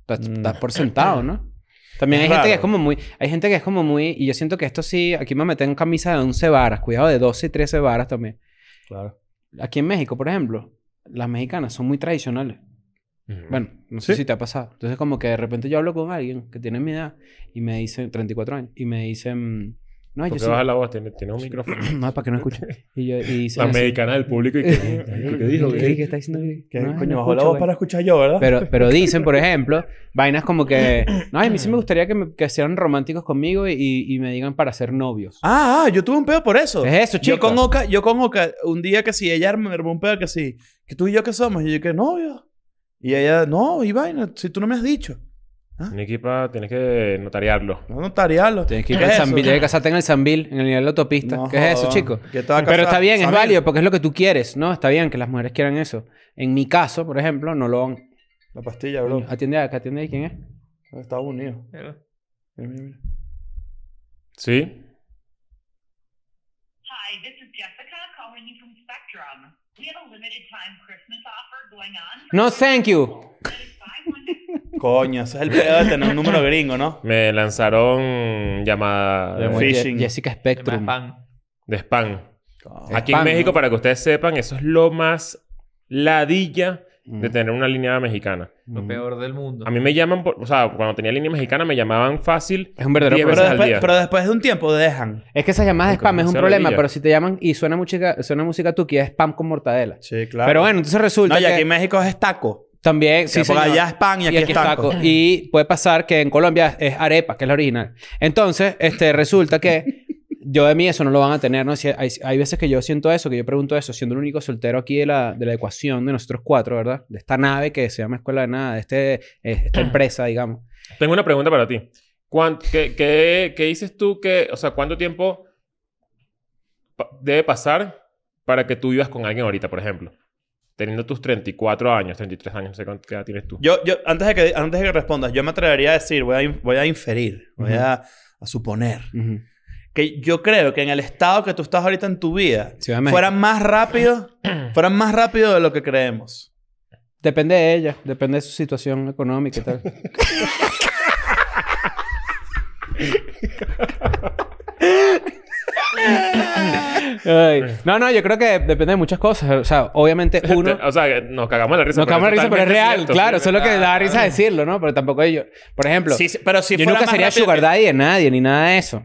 S3: Estás,
S2: Mm.
S3: estás por sentado, ¿no? También hay
S2: Claro.
S3: gente que es como muy, hay gente que es como muy, y yo siento que esto sí, aquí me meten camisa de 11 varas, cuidado de 12 y 13 varas también.
S2: Claro.
S3: Aquí en México, por ejemplo, las mexicanas son muy tradicionales.
S1: Ujú.
S3: Bueno, no sé
S2: Sí.
S3: si te ha pasado. Entonces, como que de repente yo hablo con alguien que tiene mi edad y me dice, 34 años, y me dicen, no,
S1: ¿Por
S3: yo
S1: qué
S3: sí.
S1: bajas la voz? Tienes, tienes un micrófono.
S3: No, para que no escuche. Y yo, y dicen
S1: La
S3: así,
S1: mexicana del público y que... ¿Qué dijo?
S3: ¿Qué, qué está diciendo?
S2: Que,
S3: No,
S2: coño,
S3: no
S2: bajó la
S3: escucho,
S2: voz
S3: güey.
S2: para escuchar yo, ¿verdad?
S3: Pero, pero dicen, por ejemplo, vainas como que... No, a mí sí me gustaría que, me- que sean románticos conmigo y- y, y me digan para ser novios.
S2: Ah, ah, yo tuve un pedo por eso.
S3: Es eso, chico.
S2: Yo con Oka, yo con Oka, un día que sí, ella me armó un pedo que sí, que tú y yo que somos, y yo que novio. Y ella, no, y vaina, si tú no me has dicho,
S1: Tienes que, ir pa- tienes que notariarlo.
S2: no notariarlo.
S3: Tienes que ir
S2: ¿Qué
S3: al
S2: es eso?
S3: Sambil, tienes que casarte en el Sambil, en el nivel de autopista.
S2: No
S3: ¿Qué es eso,
S2: jodan,
S3: chico?
S2: que te va a
S3: Pero
S2: casar,
S3: está bien, es
S2: Sambil.
S3: válido porque es lo que tú quieres, ¿no? Está bien que las mujeres quieran eso. En mi caso, por ejemplo, no lo van.
S2: La pastilla, bro.
S3: Atiende a, que atiende ahí, ¿quién es?
S2: Estados Unidos. Mira, mira, mira.
S1: ¿Sí?
S5: Hi, this is Jessica calling you from Spectrum. We have a limited time Christmas offer going on.
S3: No, thank you.
S5: Buy one get
S2: Coño, ese es el pedo de tener un número gringo, ¿no?
S1: Me lanzaron llamada
S2: De
S1: de,
S2: muy-
S3: Ye-
S2: Fishing.
S3: Jessica
S4: Más
S3: Spectrum.
S4: pan.
S1: spam.
S2: Coño.
S1: Aquí
S3: Spam,
S1: en México,
S3: ¿no?
S1: para que ustedes sepan, eso es lo más ladilla
S3: Mm.
S1: de tener una línea mexicana.
S4: Lo peor del mundo.
S1: A mí me llaman, por, o sea, cuando tenía línea mexicana me llamaban fácil.
S3: mm. Es un verdadero
S1: Diez
S3: problema.
S2: Pero
S1: veces al
S2: después,
S1: día.
S2: pero después de un tiempo dejan.
S3: Es que esas llamadas de
S1: Porque
S3: spam es un
S1: demasiado
S3: problema,
S1: ladilla.
S3: pero si te llaman y suena música, suena música tuki, es spam con mortadela.
S2: Sí, claro.
S3: Pero bueno, entonces resulta
S2: No, y
S3: que
S2: aquí en México es taco.
S3: también sí,
S2: Sí, porque
S3: señor.
S2: allá es pan y aquí, es taco.
S3: Y puede pasar que en Colombia es arepa, que es la original. Entonces, este, resulta que yo de mí eso no lo van a tener, ¿no? Si hay, hay veces que yo siento eso, que yo pregunto eso, siendo el único soltero aquí de la, de la ecuación de nosotros cuatro, ¿verdad? De esta nave que se llama Escuela de Nada, de este, eh, esta empresa, digamos.
S1: Tengo una pregunta para ti. ¿Cuán- qué, qué- qué dices tú que, o sea, cuánto tiempo pa- debe pasar para que tú vivas con alguien ahorita, por ejemplo? Teniendo tus 34 años, 33 años, no sé cuánto- qué edad tienes tú.
S2: Yo, yo, antes de que, antes de que respondas, yo me atrevería a decir, voy a, in- voy a inferir, voy
S3: Ujú.
S2: a, a suponer,
S3: Ujú.
S2: que yo creo que en el estado que tú estás ahorita en tu vida,
S3: Ciudad de México.
S2: fueran más rápido, fueran más rápido de lo que creemos.
S3: Depende de ella, depende de su situación económica y tal. Ay, No, no, yo creo que depende de muchas cosas. O sea, obviamente uno...
S1: o sea, que nos cagamos la risa.
S3: Nos cagamos la risa, pero es
S1: totalmente
S3: real,
S1: cierto,
S3: claro.
S1: sí,
S3: solo que
S1: ¿verdad?
S3: da risa decirlo, ¿no? Pero tampoco yo... Por ejemplo,
S2: Sí, sí, pero si
S3: yo
S2: fuera
S3: nunca
S2: más
S3: sería
S2: rápido
S3: sugar
S2: que-
S3: daddy de nadie, ni nada de eso.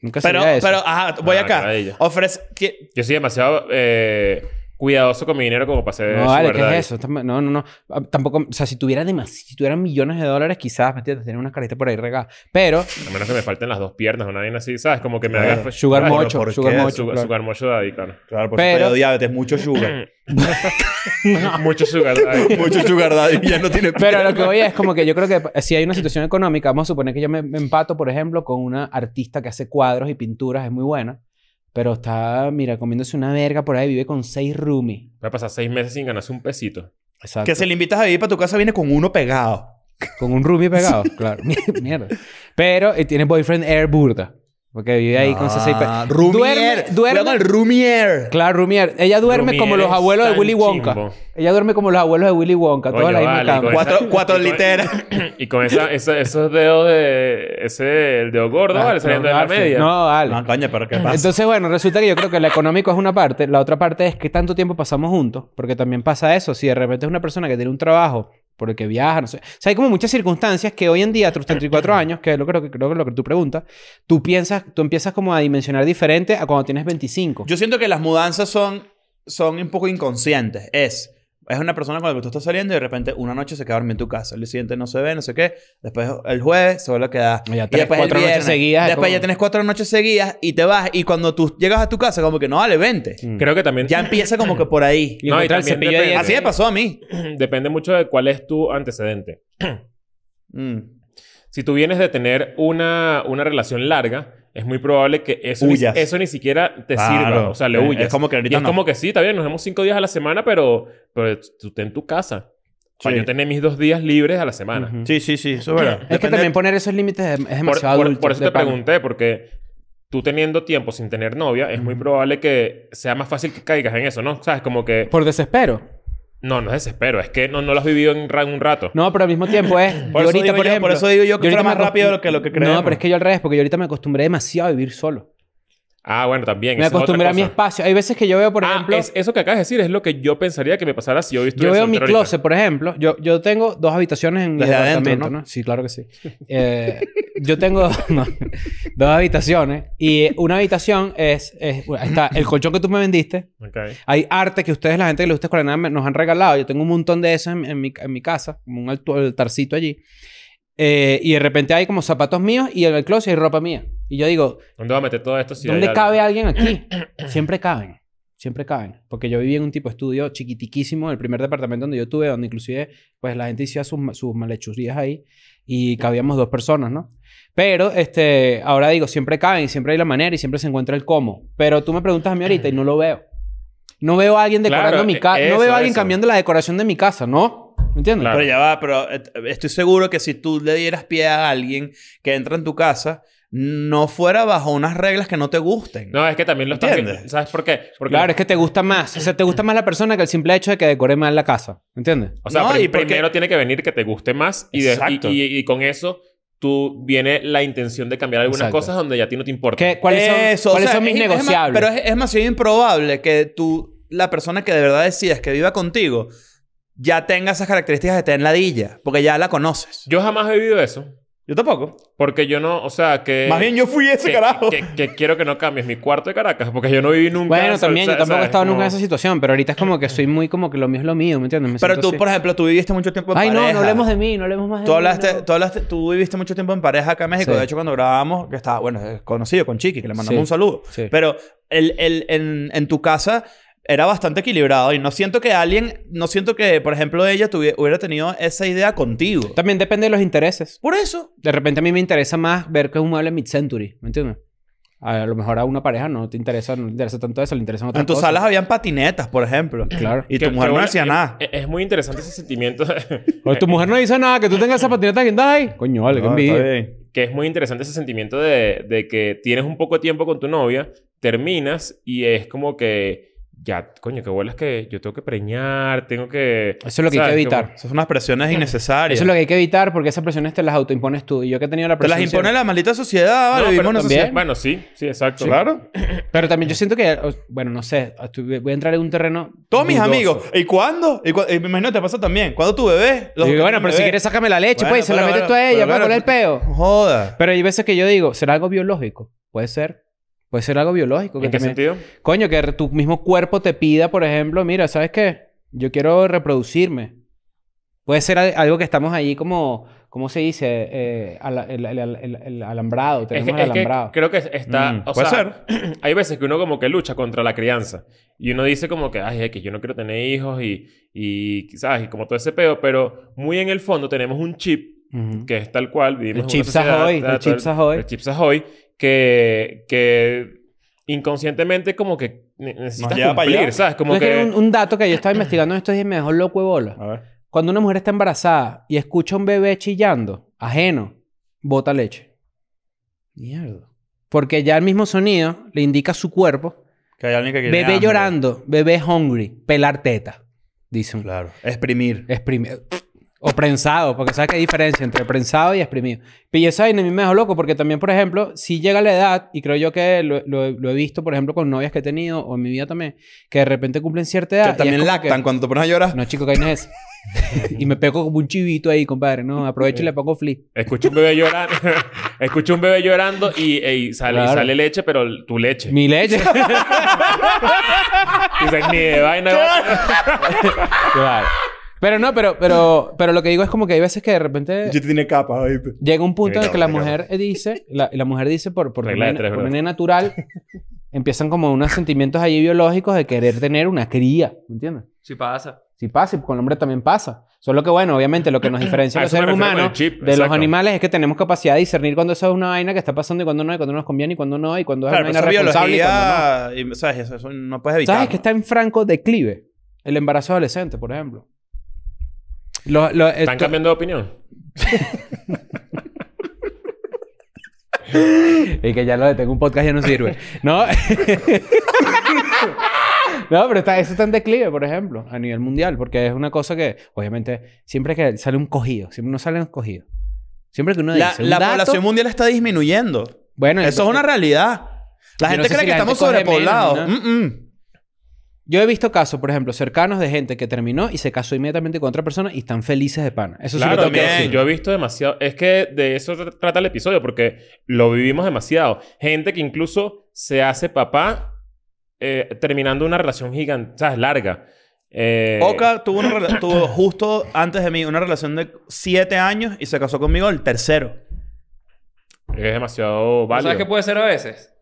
S3: Nunca
S2: Pero,
S3: sería eso.
S2: pero, ajá, voy
S1: Ah,
S2: acá.
S1: maravilla.
S2: Ofrece, que-
S1: Yo soy demasiado eh, cuidadoso con mi dinero como para ser
S3: No, vale,
S1: sugar
S3: ¿qué
S1: daddy.
S3: es eso? Tam- No, no, no. Ah, Tampoco, o sea, si tuviera demás, si tuviera millones de dólares, quizás, ¿me entiendes? Tener una carita por ahí regada. Pero,
S1: A menos que me falten las dos piernas, una vaina así, ¿sabes? Como que me
S2: Claro.
S1: haga
S3: sugar
S1: Ay,
S2: Bueno,
S3: mocho,
S2: ¿por
S3: sugar
S2: qué?
S3: mocho.
S1: Sugar,
S3: claro.
S1: sugar mocho daddy, claro.
S2: Claro, por
S3: Pero-
S2: pero, diabetes, mucho sugar.
S1: Mucho sugar daddy.
S2: mucho sugar daddy, ya no tiene
S3: Pero lo que voy es como que yo creo que si hay una situación económica, vamos a suponer que yo me, me empato, por ejemplo, con una artista que hace cuadros y pinturas, es muy buena, pero está, mira, comiéndose una verga por ahí, vive con seis roomies.
S1: Voy a pasar seis meses sin ganarse un pesito.
S3: Exacto.
S2: Que si le invitas a vivir para tu casa, viene con uno pegado.
S3: Con un roomie pegado, claro. Mierda. Pero eh, tiene boyfriend air burda. Porque vive ahí con Cersei
S1: Ah.
S3: Pérez.
S2: Ah, Rumier.
S3: Duerme, duerme-
S2: Cuidado con el Rumier.
S3: Claro, Rumier. Ella duerme
S1: Rumier
S3: como los
S1: es
S3: abuelos de
S1: tan
S3: Willy Wonka.
S1: chimbo.
S3: Ella duerme como los abuelos de Willy Wonka.
S1: Coño,
S3: toda la misma
S1: vale,
S3: cama.
S1: con
S2: Cuatro-
S1: esa-
S2: cuatro
S1: y con-
S2: literas.
S1: Y con esa, esa- esos dedos de... Ese, el dedo gordo,
S3: Ah,
S1: ¿vale? Saliendo de la
S3: Garfield.
S1: media.
S3: No, vale.
S2: No, coño, pero ¿qué pasa?
S3: Entonces, bueno, resulta que yo creo que lo económico es una parte. La otra parte es que tanto tiempo pasamos juntos. Porque también pasa eso. Si de repente es una persona que tiene un trabajo por el que viaja, no sé. O sea, hay como muchas circunstancias que hoy en día, a tus 34 años, que es lo, creo, que creo que lo que tú preguntas, tú piensas, tú empiezas como a dimensionar diferente a cuando tienes 25.
S2: Yo siento que las mudanzas son, son un poco inconscientes. Es, es una persona con la que tú estás saliendo y de repente una noche se queda dormida en tu casa. El día siguiente no se ve, no sé qué. Después el jueves se vuelve a quedar.
S3: Ya tres,
S2: después el
S3: cuatro noches
S2: viernes.
S3: seguidas,
S2: Después
S3: ¿cómo?
S2: ya tienes cuatro noches seguidas y te vas. Y cuando tú llegas a tu casa, como que no, vale, vente.
S1: Creo que también...
S2: Ya empieza como que por ahí.
S3: Mm. Y
S1: No, y
S3: encontrar el
S1: también
S3: cepillo de
S1: depende.
S3: dientes.
S2: Así me pasó a mí.
S1: Depende mucho de cuál es tu antecedente.
S2: Mm.
S1: Si tú vienes de tener una, una relación larga, es muy probable que eso, ni,
S2: Huyas.
S1: eso ni siquiera te
S2: Claro.
S1: sirva. O sea, le
S2: Es-
S1: huyas.
S2: es como que ahorita
S1: Y es
S2: no.
S1: como que sí, está bien, nos vemos cinco días a la semana, pero, pero tú estás en tu casa. O sea,
S2: Sí.
S1: yo tener mis dos días libres a la semana.
S3: Ujú.
S2: Sí, sí, sí, eso es verdad.
S3: Es que también poner esos límites es, es
S1: Por,
S3: demasiado
S1: por-
S3: adulto.
S1: por eso
S3: de
S1: te
S3: pana.
S1: pregunté, porque tú teniendo tiempo sin tener novia, es muy probable que sea más fácil que caigas en eso, ¿no? ¿Sabes? Como que...
S3: Por desespero.
S1: No, no es desespero. Es que no, no lo has vivido en ra- un rato.
S3: No, pero al mismo tiempo es. yo
S2: eso
S3: ahorita,
S2: digo
S3: por
S2: yo-
S3: ejemplo,
S2: por eso digo yo que fuera
S3: ahorita me
S2: más
S3: acostum-
S2: rápido de lo que- lo que creemos.
S3: No, pero es que yo al revés, porque yo ahorita me acostumbré demasiado a vivir solo.
S1: Ah, bueno, también.
S3: Me
S1: esa es otra
S3: acostumbré a mi
S1: cosa.
S3: espacio. Hay veces que yo veo, por
S1: Ah,
S3: ejemplo.
S1: es- eso que acabas de decir es lo que yo pensaría que me pasara si yo estuviera
S3: Yo veo mi
S1: soltero ahorita.
S3: closet, por ejemplo. Yo, yo tengo dos habitaciones en mi
S2: Desde adentro,
S3: departamento,
S2: ¿no?
S3: ¿no? Sí, claro que sí. Eh, yo tengo no, dos habitaciones y una habitación es, es- bueno, está el colchón que tú me vendiste.
S1: Ok.
S3: Hay arte que ustedes, la gente que les gusta escuela de nada, me- nos han regalado. Yo tengo un montón de eso en, en mi, en mi casa, como un alto- altarcito allí. Eh, y de repente hay como zapatos míos y en el closet hay ropa mía. Y yo digo,
S1: ¿Dónde va a meter todo esto? Si hay
S3: ¿Dónde
S1: algo?
S3: cabe alguien aquí? Siempre caben. Siempre caben. Porque yo vivía en un tipo de estudio chiquitiquísimo, el primer departamento donde yo tuve, donde inclusive pues la gente hacía sus, ma- sus malhechurías ahí y cabíamos dos personas, ¿no? Pero este, ahora digo, siempre caben y siempre hay la manera y siempre se encuentra el cómo. Pero tú me preguntas a mí ahorita y no lo veo. No veo a alguien decorando
S1: Claro,
S3: mi
S1: e-
S3: casa.
S1: eso,
S3: No veo a alguien
S1: eso.
S3: cambiando la decoración de mi casa, ¿no? ¿Me entiendes?
S1: Claro.
S2: Pero ya va, pero eh, estoy seguro que si tú le dieras pie a alguien que entra en tu casa, no fuera bajo unas reglas que no te gusten.
S1: No, es que también lo estás
S2: ¿Entiendes?
S1: viendo. ¿Sabes por qué? Porque,
S3: Claro, es que te gusta más. O sea, te gusta más la persona que el simple hecho de que decore mal la casa. ¿Me entiendes?
S1: O sea,
S2: No,
S1: prim-
S2: y porque-
S1: primero tiene que venir que te guste más y, de-
S2: Exacto.
S1: y, y- y con eso tú viene la intención de cambiar algunas
S3: Exacto.
S1: cosas donde ya a ti no te importa.
S3: ¿Qué- ¿Cuáles son,
S2: Eso, o
S3: ¿cuáles
S2: sea,
S3: son mis
S2: es- es más-
S3: negociables?
S2: pero es, es demasiado improbable que tú, la persona que de verdad decidas que viva contigo, ya tenga esas características que te den ladilla, porque ya la conoces.
S1: Yo jamás he vivido eso.
S2: Yo tampoco.
S1: Porque yo no, o sea, que...
S2: Eh, Más bien yo fui ese
S1: que,
S2: carajo.
S1: Que, que quiero que no cambies mi cuarto de Caracas. Porque yo no viví nunca...
S3: Bueno,
S1: o sea,
S3: también,
S1: o sea,
S3: yo tampoco he
S1: ¿sabes?
S3: estado nunca
S1: Como-
S3: en esa situación, pero ahorita es como que soy muy como que lo mío es lo mío, ¿me entiendes? Me
S2: pero
S3: siento
S2: tú,
S3: así.
S2: por ejemplo, tú viviste mucho tiempo en
S3: Ay,
S2: pareja.
S3: no, no hablemos de mí, no hablemos más de
S2: Tú
S3: mí,
S2: hablaste,
S3: no.
S2: tú hablaste, tú viviste mucho tiempo en pareja acá en México.
S3: Sí.
S2: De hecho, cuando grabábamos, que estaba, bueno, eh, conocido con Chiqui, que le mandamos
S3: Sí.
S2: un saludo.
S3: Sí.
S2: Pero el, el- en, en tu casa era bastante equilibrado y no siento que alguien, no siento que, por ejemplo, ella tuvi- hubiera tenido esa idea contigo.
S3: También depende de los intereses.
S2: Por eso.
S3: De repente a mí me interesa más ver que es un mueble mid-century, ¿me entiendes? A lo mejor a una pareja no te interesa, no le interesa tanto eso, le interesan otras
S2: En tus
S3: cosas.
S2: salas habían patinetas, por ejemplo.
S3: Claro.
S2: Y
S1: que-
S2: tu mujer
S1: que
S2: no
S1: bueno,
S2: hacía
S3: eh,
S1: es-
S2: nada.
S1: E-, Es, es muy interesante ese sentimiento.
S3: O tu mujer no dice nada, que tú tengas esa patineta guindada ahí. Coño, vale, qué
S2: No,
S3: envidia.
S2: está bien.
S1: que es muy interesante ese sentimiento de, de que tienes un poco de tiempo con tu novia, terminas y es como que ya, coño, que bolas que yo tengo que preñar, tengo que...
S3: Eso es lo que hay que
S1: ¿sabes?
S3: evitar.
S1: Como-
S2: Esas son unas presiones innecesarias.
S3: Eso es lo que hay que evitar porque esas presiones te las autoimpones tú. Y yo que he tenido la
S2: Te
S3: presión...
S2: las impone
S3: siempre-
S2: la maldita sociedad,
S3: Ah,
S1: No,
S2: ¿vale?
S1: pero
S2: Vivimos en una
S1: también-
S2: sociedad-
S1: Bueno, sí, sí, exacto.
S2: Claro.
S3: Pero también yo siento que... o- Bueno, no sé. estoy- Voy a entrar en un terreno...
S2: Todos mis
S3: dudoso.
S2: amigos. ¿Y cuándo? ¿Y cua- y me imagino que te pasa también. ¿Cuándo tu bebé? Los
S3: Y
S2: que
S3: bueno,
S2: tienen
S3: pero si
S2: bebé.
S3: quieres sácame la leche,
S2: Bueno,
S3: pues, se la
S2: pero,
S3: metes
S2: bueno,
S3: tú a ella,
S2: pero,
S3: para
S2: bueno,
S3: poner el
S2: No
S3: peo.
S2: Joda.
S3: Pero hay veces que yo digo, ¿será algo biológico? Puede ser. Puede ser algo biológico. que
S1: ¿En qué
S3: también-
S1: sentido?
S3: Coño, que tu mismo cuerpo te pida, por ejemplo, mira, ¿sabes qué? Yo quiero reproducirme. Puede ser al- algo que estamos ahí como... ¿Cómo se dice? Eh, ala- el, el- el- el- el alambrado.
S1: Es
S3: Tenemos
S1: que,
S3: el
S1: es que
S3: alambrado.
S1: creo que está...
S2: Mm,
S1: o
S2: puede
S1: sea, hay veces que uno como que lucha contra la crianza. Y uno dice como que, ay, es que yo no quiero tener hijos y, y quizás, y como todo ese peo. Pero muy en el fondo tenemos un chip
S3: Ujú.
S1: que es tal cual. Vivimos
S3: El
S1: en
S3: Chips
S1: una sociedad, tal,
S3: Ahoy, el
S1: tal,
S3: Chips Ahoy.
S1: El Chips Ahoy, que, que inconscientemente como que ne- necesitas
S2: lleva para
S1: cumplir,
S2: allá.
S1: ¿sabes? Como
S3: Entonces,
S1: que...
S3: que un, un dato que yo estaba investigando en estos días y me dejó loco de bola.
S2: A ver.
S3: Cuando una mujer está embarazada y escucha a un bebé chillando, ajeno, bota leche.
S2: Mierda.
S3: Porque ya el mismo sonido le indica a su cuerpo,
S2: Que hay alguien que quiere
S3: bebé
S2: hambre.
S3: llorando, bebé hungry, pelar teta, dice un
S2: Claro. Exprimir.
S3: exprimido. O prensado, porque sabes que hay diferencia entre prensado y exprimido. Y esa vaina a mí me dejó loco, porque también, por ejemplo, si llega la edad, y creo yo que lo, lo- lo he visto, por ejemplo, con novias que he tenido, o en mi vida también, que de repente cumplen cierta edad. y
S2: Que
S3: es
S2: también
S3: como
S2: lactan
S3: que-
S2: cuando te pones a llorar.
S3: No, chico, que no es esa. y me pego como un chivito ahí, compadre. No, aprovecho y le pongo flip.
S1: Escucho un bebé llorando. Escucho un bebé llorando y, y sale, y
S3: Claro.
S1: sale leche, pero tu leche.
S3: Mi leche.
S1: Dices, ni de vaina.
S3: Claro. Pero no, pero, pero, pero lo que digo es como que hay veces que de repente
S2: Yo tiene capas, ¿oíste?
S3: llega un punto en el que la
S1: Digamos,
S3: mujer dice, la, la mujer dice por, por,
S1: Regla de
S3: manera-
S1: tres,
S3: por
S1: bro.
S3: manera natural, empiezan como unos sentimientos allí biológicos de querer tener una cría, ¿me entiendes?
S4: Sí pasa.
S3: Si pasa, y con el hombre también pasa. Solo que bueno, obviamente lo que nos diferencia
S1: A
S3: a los
S1: eso me
S3: seres
S1: refiero con
S3: humanos
S1: el chip,
S3: de los
S1: exacto.
S3: animales es que tenemos capacidad de discernir cuando eso es una vaina que está pasando y cuando no, y cuando nos conviene y cuando no, y cuando es
S2: Claro,
S3: una
S2: pero esa
S3: vaina responsable y cuando no.
S2: biología... ah, y, ¿Sabes? Eso, eso no puedes evitar.
S3: ¿Sabes que este está en franco declive? El embarazo adolescente, por ejemplo. Lo- lo-
S1: ¿Están
S3: esto-
S1: cambiando de opinión?
S3: Y que ya lo detengo un podcast ya no sirve. No. No, pero está, eso está en declive, por ejemplo, a nivel mundial, porque es una cosa que, obviamente, siempre que sale un cogido, siempre no sale un cogido. Siempre que uno
S2: La,
S3: dice un
S2: la
S3: dato-
S2: población mundial está disminuyendo.
S3: bueno,
S2: Eso es
S3: entonces-
S2: una realidad. La
S3: Yo no
S2: gente
S3: sé
S2: cree
S3: si
S2: que
S3: la gente
S2: estamos
S3: coge
S2: sobrepoblados. Mm,
S3: menos,
S2: Mm-mm.
S3: Yo he visto casos, por ejemplo, cercanos de gente que terminó y se casó inmediatamente con otra persona y están felices de pana. Eso sí lo
S1: Claro,
S3: tengo que
S2: también.
S3: decir.
S1: Yo he visto demasiado. Es que de eso tr- trata el episodio, porque lo vivimos demasiado. Gente que incluso se hace papá eh, terminando una relación gigante, ¿sabes? larga. Eh,
S2: Oka tuvo, una rela- tuvo justo antes de mí una relación de siete años y se casó conmigo el tercero.
S1: Es demasiado
S4: ¿Tú
S1: válido.
S4: ¿Sabes qué puede ser a veces?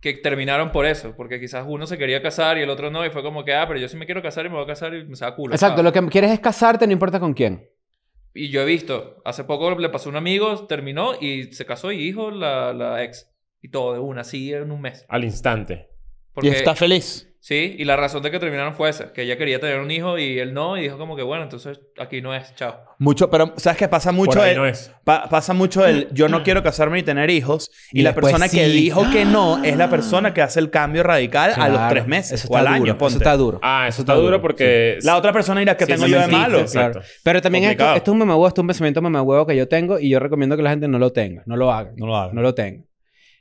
S4: Que terminaron por eso. Porque quizás uno se quería casar y el otro no. Y fue como que, ah, pero yo sí me quiero casar y me voy a casar y me saca culo.
S3: Exacto,
S4: ¿sabes?
S3: lo que quieres es casarte, no importa con quién.
S4: Y yo he visto, hace poco le pasó a un amigo, terminó y se casó y hijo la, la ex. Y todo de una, así en un mes.
S1: Al instante.
S4: Porque,
S2: feliz.
S4: Sí, y la razón de que terminaron fue esa. Que ella quería tener un hijo y él no. Y dijo como que, bueno, entonces aquí no es, chao.
S2: Mucho, pero ¿sabes qué pasa
S1: Por
S2: mucho?
S1: ahí
S2: el-
S1: no es.
S2: pa- pasa mucho el yo no quiero casarme ni tener hijos. Y,
S3: Y
S2: la
S3: después
S2: persona que
S3: sí.
S2: dijo que no es la persona que hace el cambio radical a los
S3: Claro,
S2: tres meses
S3: eso
S2: o
S3: está
S2: al
S3: duro,
S2: año. Ponte.
S3: Eso está duro.
S1: Ah, eso está duro porque.
S2: La otra persona dirá que
S1: Sí,
S2: tengo
S1: sí,
S2: yo
S1: sí,
S2: de
S1: sí,
S2: malo.
S1: sí, sí. Exacto.
S3: Pero también esto,
S2: Complicado.
S3: esto es un mamahuevo, esto es un pensamiento mamahuevo que yo tengo y yo recomiendo que la gente no lo tenga, no lo haga,
S2: No lo hagan.
S3: no lo tenga.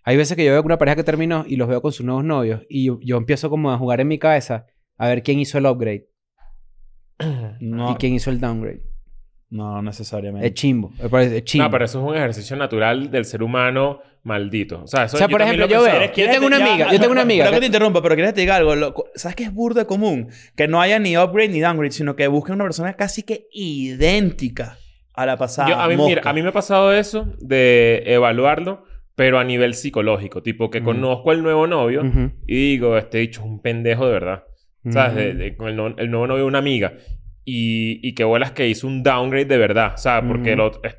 S3: Hay veces que yo veo que una pareja que terminó y los veo con sus nuevos novios y yo, yo empiezo como a jugar en mi cabeza a ver quién hizo el upgrade y
S2: No,
S3: quién hizo el downgrade.
S2: no necesariamente.
S3: Es chimbo, me parece, es chimbo.
S1: No, pero eso es un ejercicio natural del ser humano maldito. O sea, eso
S3: O sea, por
S1: también
S3: ejemplo,
S1: lo
S3: yo
S1: pensaba.
S3: veo- tengo una amiga, yo tengo una amiga
S2: Pero que
S3: que-
S2: te interrumpa, pero quieres que te diga algo. lo- ¿Sabes qué es burda común? Que no haya ni upgrade ni downgrade, sino que busquen una persona casi que idéntica a la pasada.
S1: Yo- a, mí,
S2: mosca.
S1: mira, a mí me ha pasado eso de evaluarlo, pero a nivel psicológico. Tipo, que
S3: Mm.
S1: conozco al nuevo novio
S3: Ujú.
S1: y digo, este dicho es un pendejo de verdad. ¿Sabes?
S3: Ujú.
S1: De- de- con el, no- el nuevo novio de una amiga. Y, y qué bolas que hizo un downgrade de verdad. ¿Sabes? Porque
S3: Ujú.
S1: el otro- es-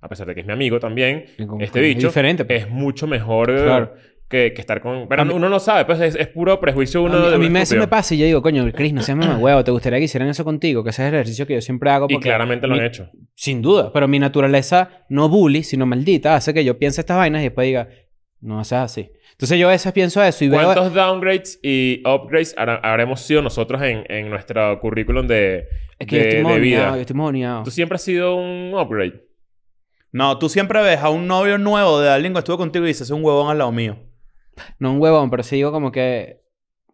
S1: a pesar de que es mi amigo también,
S3: Y como-
S1: este
S3: es
S1: bicho
S3: diferente, pues.
S1: es mucho mejor eh,
S3: Claro.
S1: que, que estar con... Pero
S3: A mí-
S1: uno no sabe, pues es, es puro prejuicio uno
S3: a mí,
S1: de
S3: a
S1: un
S3: mí me, eso
S1: estúpido.
S3: me pasa y yo digo, coño, Chris, no seas mamahuevo, ¿te gustaría que hicieran eso contigo? Que ese es el ejercicio que yo siempre hago.
S1: Y
S3: porque
S1: claramente lo
S3: mi-
S1: han hecho.
S3: Sin duda, pero mi naturaleza no bully, sino maldita, hace que yo piense estas vainas y después diga, no seas así. Entonces yo a veces pienso eso y veo...
S1: ¿Cuántos downgrades y upgrades hara- habremos sido nosotros en, en nuestro currículum de,
S3: Es que
S1: de-
S3: yo estoy
S1: de
S3: mojoneado, yo
S1: vida?
S3: estoy mojoneado.
S1: Tú siempre has sido un upgrade.
S2: No, tú siempre ves a un novio nuevo de alguien que estuvo contigo y dices, es un huevón al lado mío.
S3: No un huevón, pero sí digo como que...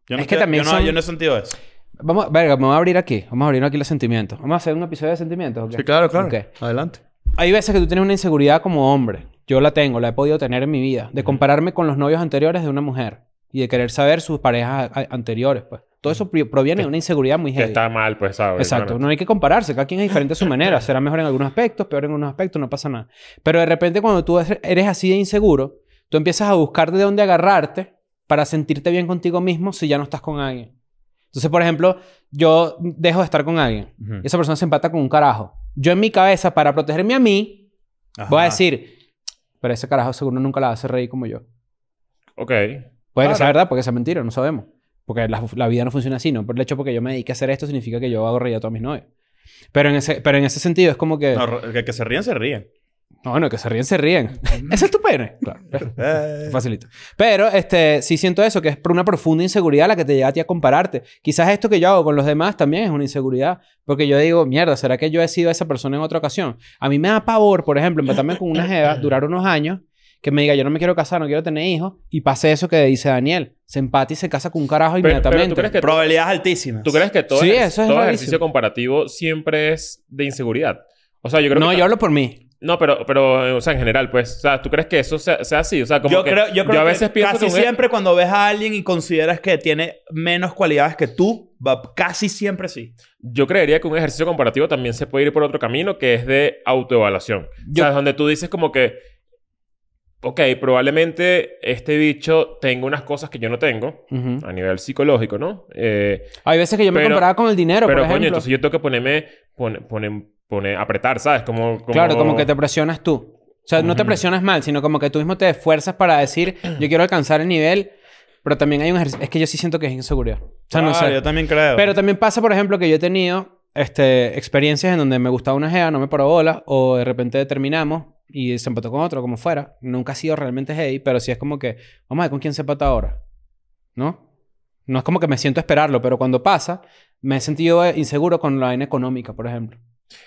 S2: Yo no
S3: Es que
S2: estoy-
S3: también
S2: yo no,
S3: son-
S2: yo no he sentido eso.
S3: Vamos, a- verga, me voy a abrir aquí. Vamos a abrir aquí los sentimientos. Vamos a hacer un episodio de sentimientos. ¿ok? Ok.
S2: Adelante.
S3: Hay veces que tú tienes una inseguridad como hombre. Yo la tengo, la he podido tener en mi vida. De compararme con los novios anteriores de una mujer. Y de querer saber sus parejas a- anteriores, pues. Todo eso pri- proviene de una inseguridad muy
S1: Que
S3: heavy.
S1: está mal, pues, ¿sabes?
S3: Exacto,
S1: Bueno,
S3: no hay que compararse, cada quien es diferente a su manera, será mejor en algunos aspectos, peor en unos aspectos, no pasa nada. Pero de repente cuando tú es- eres así de inseguro, tú empiezas a buscar de dónde agarrarte para sentirte bien contigo mismo si ya no estás con alguien. Entonces, por ejemplo, yo dejo de estar con alguien y esa persona se empata con un carajo. Yo en mi cabeza, para protegerme a mí, voy a decir, pero ese carajo seguro nunca la hace reír como yo.
S1: Ok.
S3: Puede
S2: Claro.
S3: que sea verdad, porque sea mentira, no sabemos. Porque la, la vida no funciona así, ¿no? Por el hecho porque yo me dedique a hacer esto significa que yo hago reír a todos mis novios. Pero en ese, pero en ese sentido es como que...
S2: No, que, que se ríen, se ríen.
S3: No, bueno, que se ríen, se ríen. Ese es tu pene. Claro.
S2: Eh,
S3: Eh. Facilito. Pero este, sí siento eso, que es por una profunda inseguridad la que te lleva a ti a compararte. Quizás esto que yo hago con los demás también es una inseguridad. Porque yo digo, mierda, ¿será que yo he sido esa persona en otra ocasión? A mí me da pavor, por ejemplo, empatarme con una jeva, durar unos años, que me diga, yo no me quiero casar, no quiero tener hijos, y pase eso que dice Daniel. Se empata y se casa con un carajo
S1: Pero,
S3: inmediatamente.
S1: pero ¿tú crees que todo,
S2: Probabilidades altísimas.
S1: tú crees que todo,
S3: Sí,
S1: ejer-
S3: eso es
S1: todo
S3: rarísimo.
S1: ejercicio comparativo siempre es de inseguridad? O sea, yo creo
S3: no,
S1: que...
S3: yo hablo por mí.
S1: No, pero, pero, o sea, en general, pues, o sea, ¿tú crees que eso sea, sea así? O sea, como
S2: yo
S1: que
S2: creo, yo creo
S1: a
S2: que
S1: veces pienso
S2: casi
S1: que un- e-
S2: siempre cuando ves a alguien y consideras que tiene menos cualidades que tú, va- casi siempre sí.
S1: Yo creería que un ejercicio comparativo también se puede ir por otro camino que es de autoevaluación.
S3: Yo-
S1: O sea, donde tú dices como que, ok, probablemente este bicho tenga unas cosas que yo no tengo
S3: Ujú.
S1: a nivel psicológico, ¿no? Eh,
S3: Hay veces que yo me
S1: Pero-
S3: comparaba con el dinero,
S1: pero,
S3: por
S1: coño,
S3: ejemplo.
S1: entonces yo tengo que ponerme, pone, pone, pone- apretar, ¿sabes? Como, como...
S3: Claro, como que te presionas tú. O sea, no te
S1: Ujú.
S3: presionas mal, sino como que tú mismo te esfuerzas para decir, yo quiero alcanzar el nivel, pero también hay un ejercicio. Es que yo sí siento que es inseguridad. O sea, no
S2: Ah,
S3: sé.
S2: Yo también creo.
S3: Pero también pasa, por ejemplo, que yo he tenido este, experiencias en donde me gustaba una gea, no me paró bola, o de repente terminamos y se empató con otro, como fuera. Nunca ha sido realmente gay, pero sí es como que, vamos a ver con quién se empata ahora. ¿No? No es como que me siento a esperarlo, pero cuando pasa, me he sentido eh, inseguro con la vaina económica, por ejemplo.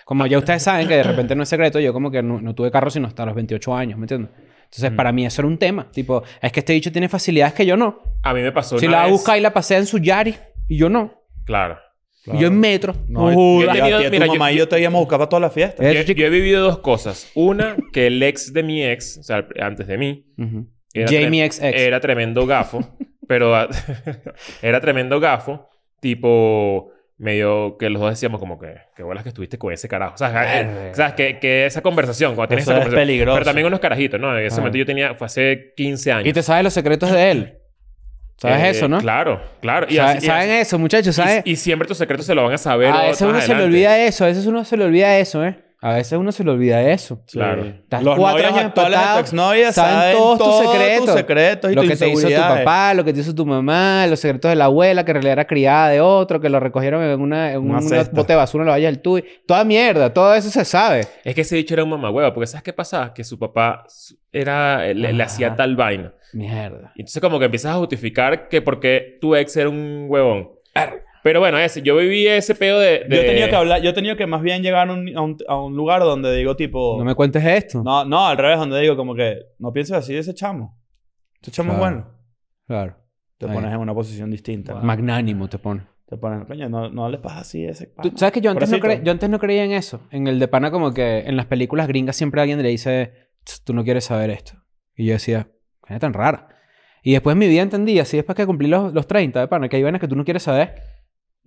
S3: Como ya ustedes saben que de repente no es secreto, yo como que no, no tuve carro sino hasta los 28 años, ¿me entiendes? Entonces,
S1: Mm.
S3: para mí eso era un tema. Tipo, es que este bicho tiene facilidades que yo no.
S1: A mí me pasó
S3: Si
S1: una
S3: la
S1: vez-
S3: busca y la pasea en su Yari y yo no.
S1: Claro.
S3: Y yo en metro.
S2: No,
S3: No,
S1: yo
S2: yo-
S1: he
S2: yo-
S1: tenido-
S2: yo- tu
S1: mira, yo-
S2: mamá y yo te íbamos a buscar para todas las fiestas.
S3: Eh,
S1: Yo, yo he vivido dos cosas. Una, que el ex de mi ex, o sea, antes de mí,
S3: Ujú.
S1: Era
S3: Jamie
S1: trem-
S3: XX.
S1: Era tremendo gafo, pero a- era tremendo gafo, tipo medio que los dos decíamos como que qué bolas que estuviste con ese carajo. O sea, eh,
S3: Verga.
S1: ¿sabes? Que, que esa conversación, cuando tienes
S2: Eso
S1: esa
S2: es
S1: conversación.
S2: peligroso.
S1: Pero también unos carajitos, ¿no? En ese
S3: Ah.
S1: momento yo tenía, fue hace 15 años.
S3: Y te sabes los secretos de él. ¿Sabes
S1: Eh,
S3: eso, no?
S1: Claro, claro. Y,
S3: Sa-
S1: así- y
S3: ¿Saben
S1: así-
S3: eso, muchachos? ¿Saben?
S1: y- y siempre tus secretos se lo van a saber.
S3: a
S1: o-
S3: veces uno
S1: más
S3: se le
S1: adelante.
S3: olvida eso. A veces uno se le olvida eso, ¿eh? A veces uno se le olvida eso.
S1: Claro.
S3: Estás
S2: Los
S3: cuatro
S2: novios
S3: años
S2: actuales de tu
S3: empatado,
S2: exnovia
S3: saben
S2: saben,
S3: todos tus
S2: todos tus
S3: secretos.
S2: secretos, y
S3: lo
S2: tus
S3: que te hizo tu
S2: inseguridades.
S3: papá, lo que te hizo tu mamá, los secretos de la abuela, que en realidad era criada de otro, que lo recogieron en una, en
S2: Una
S3: un
S2: cesta.
S3: bote de basura en la valla del Tuy. Toda mierda, todo eso se sabe.
S1: Es que ese dicho era un mamagüeva, porque ¿sabes qué pasaba? Que su papá era, eh, le- le
S3: Ajá.
S1: hacía tal vaina.
S3: Mierda.
S1: Y Entonces como que empiezas a justificar que porque tu ex era un huevón. Pero bueno, ese, yo viví ese pedo de... de-
S2: Yo he tenido que hablar, yo he tenido que más bien llegar a un, a un- a un lugar donde digo
S1: Oh.
S2: tipo...
S3: No me cuentes esto.
S2: No, no, al revés, donde digo como que no pienses así de ese chamo. Ese chamo
S3: Claro.
S2: es bueno.
S3: Claro.
S2: Te
S3: Ahí.
S2: pones en una posición distinta. ¿no?
S3: Magnánimo te pone.
S2: Te pones, coño, no, no les pasa así a ese
S3: Tú-
S2: pana.
S3: ¿Sabes que yo antes, no
S2: Pobrecito.
S3: cre- yo antes no creía en eso? En el de pana como que en las películas gringas siempre alguien le dice, "Tss, tú no quieres saber esto. Y yo decía, ¿qué es tan rara? Y después en mi vida entendí, así después que cumplí los, los 30 de pana, que hay vainas que tú no quieres saber.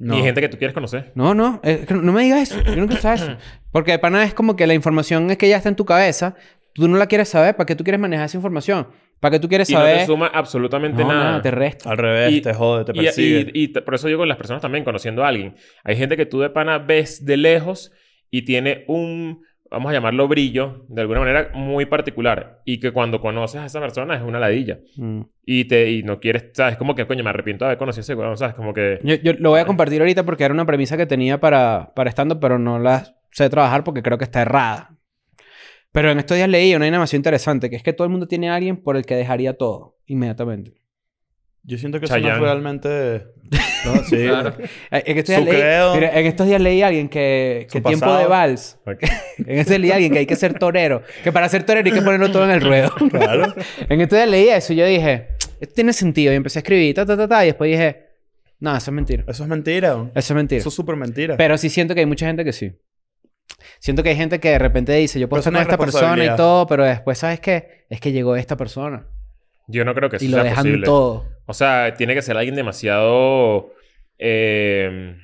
S1: Y gente que tú quieres conocer.
S3: No, no, es que no me digas eso. Yo no quiero saber eso. Porque de pana es como que la información es que ya está en tu cabeza. Tú no la quieres saber. ¿Para qué tú quieres manejar esa información? ¿Para qué tú quieres
S1: Y no te
S3: saber?
S1: suma absolutamente
S3: No,
S1: nada.
S3: nada, te resta.
S2: Al revés,
S1: Y-
S2: te jode, te
S1: Y-
S2: persigue.
S1: y, y t- por eso digo con las personas también, conociendo a alguien. Hay gente que tú de pana ves de lejos y tiene un, vamos a llamarlo brillo, de alguna manera muy particular. Y que cuando conoces a esa persona es una ladilla.
S3: Mm.
S1: Y, te, y no quieres, ¿sabes? Como que, coño, me arrepiento de haber conocido a ese huevón, ¿sabes? Como que...
S3: Yo, yo lo voy a compartir ahorita porque era una premisa que tenía para, para estando, pero no la sé trabajar porque creo que está errada. Pero en estos días leí una animación interesante, que es que todo el mundo tiene a alguien por el que dejaría todo inmediatamente.
S2: Yo siento que eso no
S1: Chayanne.
S2: es realmente... No, sí.
S4: Claro.
S3: Eh, En estos días,
S2: Su
S3: leí,
S2: credo.
S3: mira, en estos días leí a alguien que, que
S2: Su
S3: tiempo
S2: pasado.
S3: de vals.
S1: Ok.
S3: en estos días leí a alguien que hay que ser torero, que para ser torero hay que ponerlo todo en el ruedo.
S2: Claro.
S3: en estos días leí eso y yo dije, esto tiene sentido. Y empecé a escribir, ta, ta, ta, ta, y después dije, no, eso es mentira.
S2: Eso es mentira. weón.
S3: Eso es mentira.
S2: Eso es súper mentira.
S3: Pero sí siento que hay mucha gente que sí. Siento que hay gente que de repente dice, yo puedo
S2: Pero eso
S3: estar con
S2: no
S3: esta
S2: es
S3: persona y
S2: responsabilidad.
S3: todo, pero después, ¿sabes qué? Es que llegó esta persona.
S1: Yo no creo que eso
S3: y lo
S1: sea
S3: dejan
S1: posible.
S3: todo.
S1: O sea, tiene que ser alguien demasiado... eh,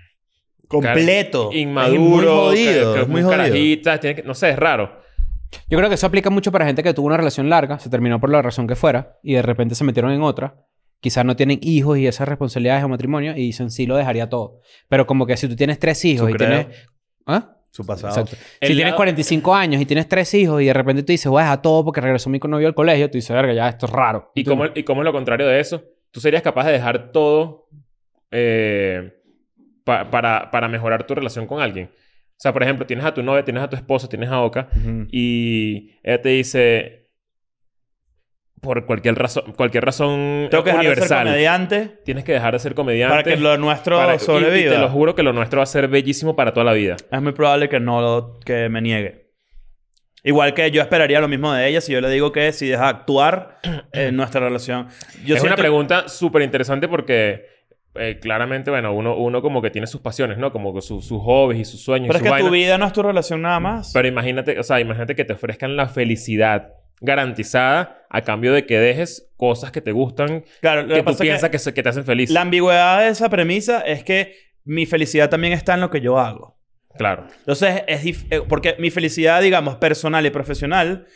S2: Completo.
S1: inmaduro,
S2: Es muy jodido.
S1: que- que
S2: es muy
S1: un
S2: jodido.
S1: carajita, tiene que- no sé, es raro.
S3: Yo creo que eso aplica mucho para gente que tuvo una relación larga, se terminó por la razón que fuera, y de repente se metieron en otra. Quizás no tienen hijos y esas responsabilidades o matrimonio, y dicen, sí, lo dejaría todo. Pero como que si tú tienes tres hijos
S2: Su
S3: y
S2: credo.
S3: tienes... ¿Ah?
S2: Su pasado.
S3: Exacto. Si
S1: El
S3: tienes
S1: lado-
S3: 45 años y tienes tres hijos y de repente tú dices, voy a dejar todo porque regresó mi novio al colegio, tú dices, verga, ya esto es raro.
S1: ¿Y cómo, ¿Y cómo es lo contrario de eso? ¿Tú serías capaz de dejar todo eh, pa- para, para mejorar tu relación con alguien? O O sea, por ejemplo, tienes a tu novia, tienes a tu esposa, tienes a Oka y ella te dice por cualquier razón, cualquier razón
S2: Tengo que dejar de ser
S1: universal,
S2: comediante
S1: tienes que dejar de ser comediante
S2: para que lo nuestro
S1: para- y- Y,
S2: sobreviva.
S1: te lo juro que lo nuestro va a ser bellísimo para toda la vida.
S2: Es muy probable que no lo- que me niegue. Igual que yo esperaría lo mismo de ella si yo le digo que si deja actuar en nuestra relación. Yo
S1: es
S2: siento-
S1: una pregunta súper interesante porque eh, claramente, bueno, uno, uno como que tiene sus pasiones, ¿no? Como que su- sus hobbies y sus sueños. y
S2: Pero es
S1: sus
S2: que tu
S1: vainas.
S2: vida no es tu relación nada más.
S1: Pero imagínate, o sea, imagínate que te ofrezcan la felicidad garantizada a cambio de que dejes cosas que te gustan,
S2: claro, lo
S1: que
S2: que
S1: tú
S2: pasa es
S1: piensas
S2: que
S1: que, se- que te hacen feliz.
S2: la ambigüedad de esa premisa es que mi felicidad también está en lo que yo hago.
S1: Claro.
S2: Entonces, es dif- eh, porque mi felicidad, digamos, personal y profesional,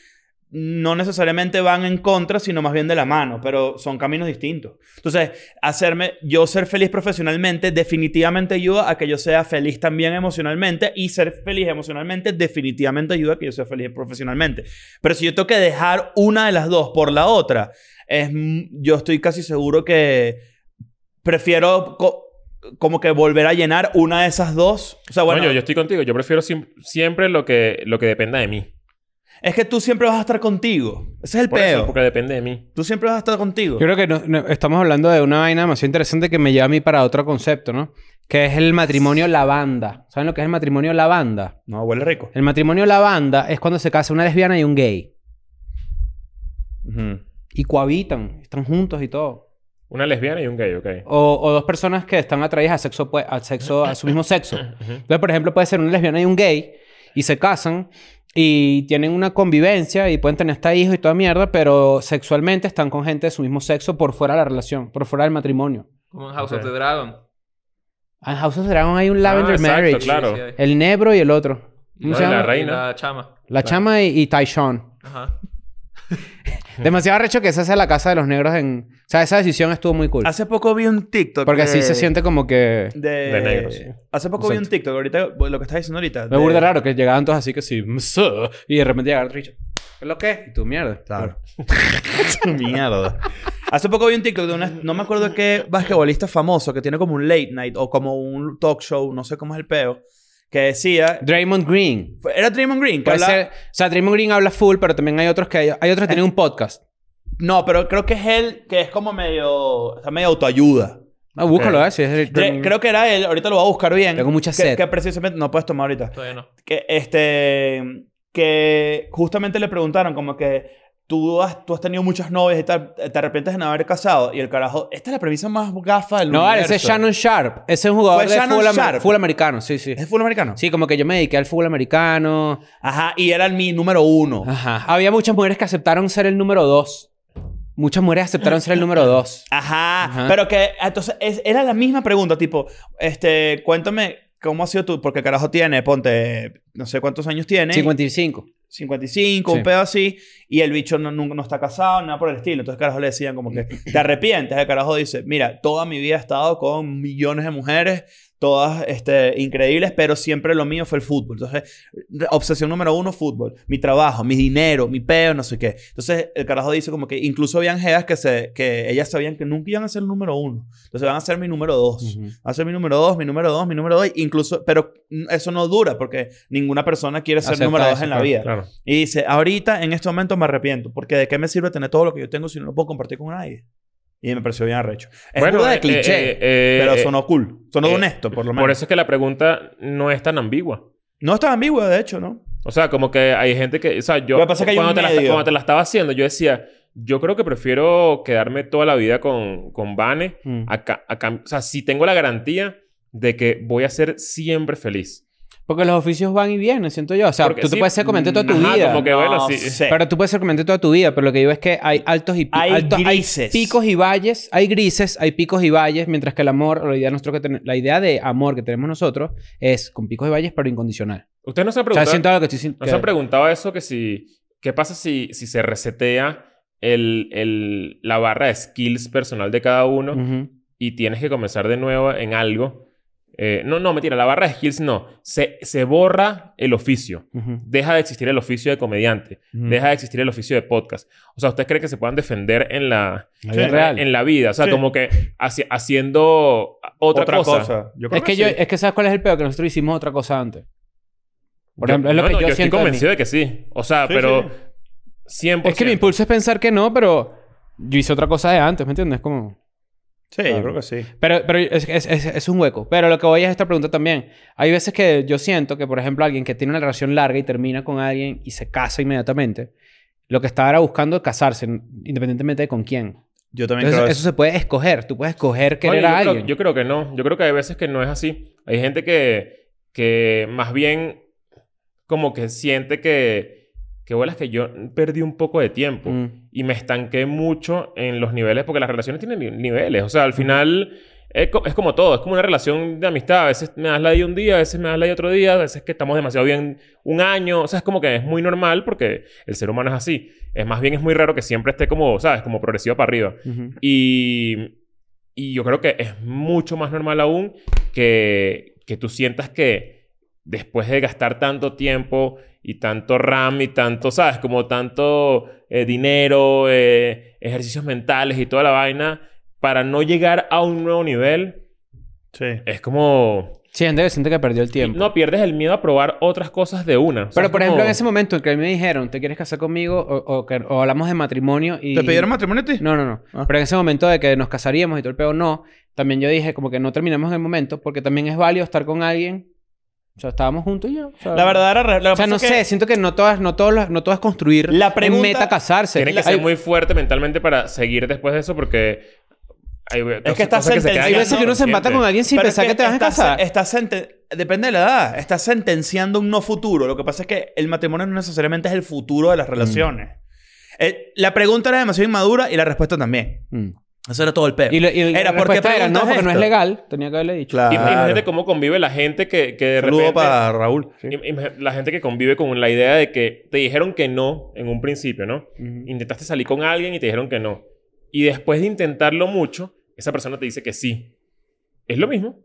S2: no necesariamente van en contra, sino más bien de la mano, pero son caminos distintos. Entonces, hacerme yo ser feliz profesionalmente definitivamente ayuda a que yo sea feliz también emocionalmente y ser feliz emocionalmente definitivamente ayuda a que yo sea feliz profesionalmente. Pero si yo tengo que dejar una de las dos por la otra, es, m- yo estoy casi seguro que prefiero... co- como que volver a llenar una de esas dos. O sea, Ah, bueno,
S1: no, yo, yo estoy contigo. Yo prefiero sim- siempre lo que, lo que dependa de mí.
S2: Es que tú siempre vas a estar contigo. Ese es el
S1: Por eso,
S2: peo.
S1: porque depende de mí.
S2: Tú siempre vas a estar contigo.
S3: Yo creo que no- no- estamos hablando de una vaina demasiado interesante que me lleva a mí para otro concepto, ¿no? Que es el matrimonio lavanda. ¿Saben lo que es el matrimonio lavanda?
S2: No, huele rico.
S3: El matrimonio lavanda es cuando se casa una lesbiana y un gay. Y cohabitan, están juntos y todo.
S1: Una lesbiana y un gay, ok.
S2: Oh.
S3: O, o dos personas que están atraídas al sexo, opue- al sexo, a su mismo sexo.
S1: Ujú.
S3: Entonces, por ejemplo, puede ser una lesbiana y un gay y se casan y tienen una convivencia y pueden tener hasta hijos y toda mierda, pero sexualmente están con gente de su mismo sexo por fuera de la relación, por fuera del matrimonio. Ah,
S4: Como en House
S1: Ok.
S4: of the Dragon.
S3: En House of the Dragon hay un Lavender
S1: Ah, exacto,
S3: Marriage.
S1: Claro.
S4: Sí, sí, ahí.
S3: El Nebro y el otro.
S4: Y
S3: ¿Cómo
S4: la,
S3: se llama?
S4: la
S1: la
S4: reina.
S1: reina.
S4: La chama.
S3: La chama y, y Tyshawn.
S4: Ajá.
S3: Demasiado arrecho que esa sea la casa de los negros en... O sea, esa decisión estuvo muy cool.
S2: Hace poco vi un TikTok.
S3: Porque
S2: de-
S3: así se siente como que...
S2: De,
S1: De negros.
S2: Hace poco vi un
S3: Exacto.
S2: TikTok. Ahorita, lo que estás diciendo ahorita.
S3: Me
S2: de-
S3: burda raro que llegaban todos así que sí... "Msú", Y de repente llegaba Richard. ¿Qué es lo que es? Y tú, mierda.
S2: Claro. Mierda. Hace poco vi un TikTok de una, no me acuerdo qué basquetbolista famoso que tiene como un late night o como un talk show, no sé cómo es el peo, que decía.
S3: Draymond Green.
S2: fue- Era Draymond Green. Que
S3: Puede
S2: hablaba-
S3: ser- o sea, Draymond Green habla full, pero también hay otros que hay, hay otros que tienen un podcast.
S2: No, pero creo que es él que es como medio. Está medio autoayuda.
S3: Ah, búscalo, eh, si es el-
S2: Dre- creo que era él, ahorita lo voy a buscar bien.
S3: Tengo mucha
S2: que,
S3: sed.
S2: Que precisamente, no puedes tomar ahorita.
S4: Todavía no.
S2: Que, este, que justamente le preguntaron como que tú has, tú has tenido muchas novias y tal, te arrepientes de no haber casado. Y el carajo, esta es la premisa más gafa del
S3: No,
S2: universo.
S3: vale, ese es Shannon Sharp. Ese es un jugador
S2: Fue
S3: de
S2: Shannon
S3: fútbol, amer-
S2: Sharp.
S3: fútbol americano, sí, sí.
S2: ¿Es fútbol americano?
S3: Sí, como que yo me dediqué al fútbol americano.
S2: Ajá, y era mi número uno.
S3: Ajá. Había muchas mujeres que aceptaron ser el número dos. Muchas mujeres aceptaron ser el número dos.
S2: Ajá,
S3: Ajá.
S2: pero que entonces es- era la misma pregunta, tipo, este, cuéntame cómo ha sido tú, porque el carajo tiene, ponte, no sé cuántos años tiene.
S3: 55.
S2: 55, un
S3: Sí.
S2: pedo así, y el bicho no, nunca no está casado, nada por el estilo. Entonces, carajo, le decían como que, ¿te arrepientes? El carajo dice, mira, toda mi vida he estado con millones de mujeres, todas este, increíbles, pero siempre lo mío fue el fútbol. Entonces, re- obsesión número uno, fútbol. Mi trabajo, mi dinero, mi pedo, no sé qué. Entonces, el carajo dice como que incluso habían jeas que, se, que ellas sabían que nunca iban a ser el número uno. Entonces, van a ser mi número dos.
S3: Ujú.
S2: Va a ser mi número dos, mi número dos, mi número dos. Incluso, pero mm, eso no dura porque ninguna persona quiere ser
S3: Acepta
S2: número dos
S3: eso,
S2: en la
S3: claro,
S2: vida.
S1: Claro.
S2: Y dice, ahorita en este momento me arrepiento, porque de qué me sirve tener todo lo que yo tengo si no lo puedo compartir con nadie. Y me pareció bien arrecho. Es
S1: Bueno,
S2: burda de
S1: eh,
S2: cliché,
S1: eh, eh,
S2: pero
S1: eh,
S2: sonó cool, sonó
S1: eh,
S2: honesto por lo menos.
S1: Por eso es que la pregunta no es tan ambigua.
S2: No estaba ambiguo, de hecho, ¿no?
S1: O sea, como que hay gente que... O sea, yo...
S2: Lo que pasa es que hay
S1: cuando,
S2: un
S1: te la,
S2: medio.
S1: cuando te la estaba haciendo, yo decía... Yo creo que prefiero quedarme toda la vida con, con Vane.
S3: Mm.
S1: a ca- a cam- o sea, si tengo la garantía de que voy a ser siempre feliz.
S3: Porque los oficios van y vienen, siento yo. O sea,
S1: Porque
S3: tú te
S1: sí,
S3: puedes ser comente toda tu
S1: ajá,
S3: vida.
S1: como que bueno, sí.
S2: sé.
S3: Pero tú puedes ser comente toda tu vida, pero lo que digo es que hay altos y pi-
S2: Hay
S3: altos-
S2: grises.
S3: picos y valles, hay grises, hay picos y valles, mientras que el amor, o la idea, nuestro que ten- la idea de amor que tenemos nosotros es con picos y valles, pero incondicional.
S1: Ustedes no se han
S3: O sea,
S1: preguntado,
S3: siento algo que estoy sin-
S1: ¿no
S3: que-
S1: se han preguntado eso que si qué pasa si, si se resetea el, el- la barra de skills personal de cada uno
S3: Ujú.
S1: y tienes que comenzar de nuevo en algo. Eh, no, no, mentira, la barra de skills no. Se, se borra el oficio.
S3: Ujú.
S1: Deja de existir el oficio de comediante.
S3: Ujú.
S1: Deja de existir el oficio de podcast. O sea, ¿ustedes creen que se puedan defender en la,
S3: La vida
S1: en-
S3: real.
S1: en la vida? O sea,
S2: Sí.
S1: como que haci- haciendo otra, cosa.
S2: Yo creo
S3: Es que, yo, es que sabes cuál es el peor, que nosotros hicimos otra cosa antes. Por ejemplo, es lo
S1: no,
S3: que
S1: no,
S3: yo
S1: estoy
S3: siento de mí.
S1: convencido de que sí. O sea,
S2: Sí,
S1: pero
S2: sí.
S1: 100%.
S3: Es que mi impulso es pensar que no, pero yo hice otra cosa de antes, ¿me entiendes? Como...
S2: Sí,
S3: Claro.
S2: yo creo que sí.
S3: Pero, pero es, es- es- es un hueco. Pero lo que voy es esta pregunta también. Hay veces que yo siento que, por ejemplo, alguien que tiene una relación larga y termina con alguien y se casa inmediatamente, lo que estaba era buscando casarse, independientemente de con quién.
S2: Yo también
S3: Entonces,
S2: creo
S3: eso se puede escoger. Tú puedes escoger querer
S1: Oye,
S3: a
S1: yo creo-
S3: alguien.
S1: yo creo que no. Yo creo que hay veces que no es así. Hay gente que, que más bien como que siente que, que bolas que yo perdí un poco de tiempo
S3: Mm.
S1: y me estanqué mucho en los niveles porque las relaciones tienen ni- niveles. O sea, al final es, co- es como todo. Es como una relación de amistad. A veces me das la de un día, a veces me das la de otro día, a veces que estamos demasiado bien un año. O sea, es como que es muy normal porque el ser humano es así. Es más bien es muy raro que siempre esté como, ¿sabes? Como progresivo para arriba.
S3: Ujú.
S1: Y, y yo creo que es mucho más normal aún que, que tú sientas que después de gastar tanto tiempo y tanto RAM y tanto, ¿sabes? Como tanto eh, dinero, eh, ejercicios mentales y toda la vaina, para no llegar a un nuevo nivel,
S2: Sí.
S1: es como...
S3: Sí, gente que siente que perdió el tiempo.
S1: No pierdes el miedo a probar otras cosas de una. O sea,
S3: pero,
S1: es
S3: por
S1: como-
S3: ejemplo, en ese momento en que a mí me dijeron, ¿te quieres casar conmigo? O, o que- o hablamos de matrimonio y...
S2: ¿Te pidieron matrimonio a ti?
S3: No, no, no.
S2: Ah.
S3: Pero en ese momento de que nos casaríamos y todo el pedo, no. También yo dije como que no terminamos en el momento porque también es válido estar con alguien. O sea, estábamos juntos y yo. o sea,
S2: La verdadera... re- lo que
S3: O
S2: pasa
S3: sea, no
S2: es que-
S3: sé. Siento que no todas, no todas, las- no todas construir
S2: La
S3: en
S2: pregunta-
S3: meta casarse.
S1: Tienes que
S3: hay,
S1: ser muy fuerte mentalmente para seguir después de eso porque... Hay,
S2: que estás
S1: se quedan
S2: sentenciado.
S3: hay veces que uno se empata
S1: inconscientes.
S3: con alguien sin
S2: Pero
S3: pensar
S2: es
S3: que, te vas a
S2: estás-
S3: casar.
S2: estás senten- Depende de la edad. Estás sentenciando un no futuro. Lo que pasa es que el matrimonio no necesariamente es el futuro
S3: Mm.
S2: de las relaciones. Eh, la pregunta era demasiado inmadura y la respuesta también.
S3: Mm.
S2: Eso era todo el pedo.
S3: Y, lo- y
S2: era
S3: la respuesta era, no,
S2: preguntas
S3: porque no es
S2: esto?"
S3: legal. Tenía que haberle dicho.
S2: Ah, Claro.
S1: Imagínate cómo convive la gente que, que de
S2: Saludo
S1: repente...
S2: para Raúl.
S1: im- im- La gente que convive con la idea de que te dijeron que no en un principio, ¿no?
S3: Ujú.
S1: Intentaste salir con alguien y te dijeron que no. Y después de intentarlo mucho, esa persona te dice que sí. Es lo mismo.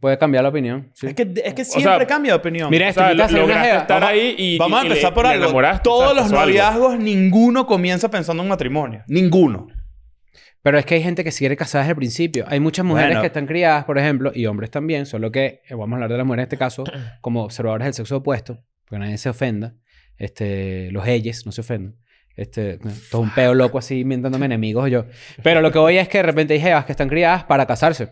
S3: Puede cambiar la opinión. sí.
S2: Es, que, es que siempre
S1: sea,
S2: cambia de opinión.
S3: Mira
S1: O
S3: esto,
S1: sea,
S3: yo te
S1: lo-
S3: hace una
S1: lograste
S3: jeva.
S1: estar ahí y...
S2: Vamos a
S1: y- y
S2: empezar
S1: le-
S2: por
S1: le
S2: algo.
S1: enamoraste, o
S2: Todos
S1: sea,
S2: los
S1: pasó algo.
S2: noviazgos, ninguno comienza pensando en matrimonio. Ninguno.
S3: Pero es que hay gente que se quiere casar desde el principio. Hay muchas mujeres
S2: Bueno.
S3: que están criadas, por ejemplo, y hombres también, solo que, eh, vamos a hablar de las mujeres en este caso, como observadores del sexo opuesto, porque nadie se ofenda. Este, los ellos no se ofenden. Este, no, todo un peo loco así inventándome enemigos yo. Pero lo que voy es que de repente hay jevas que están criadas para casarse.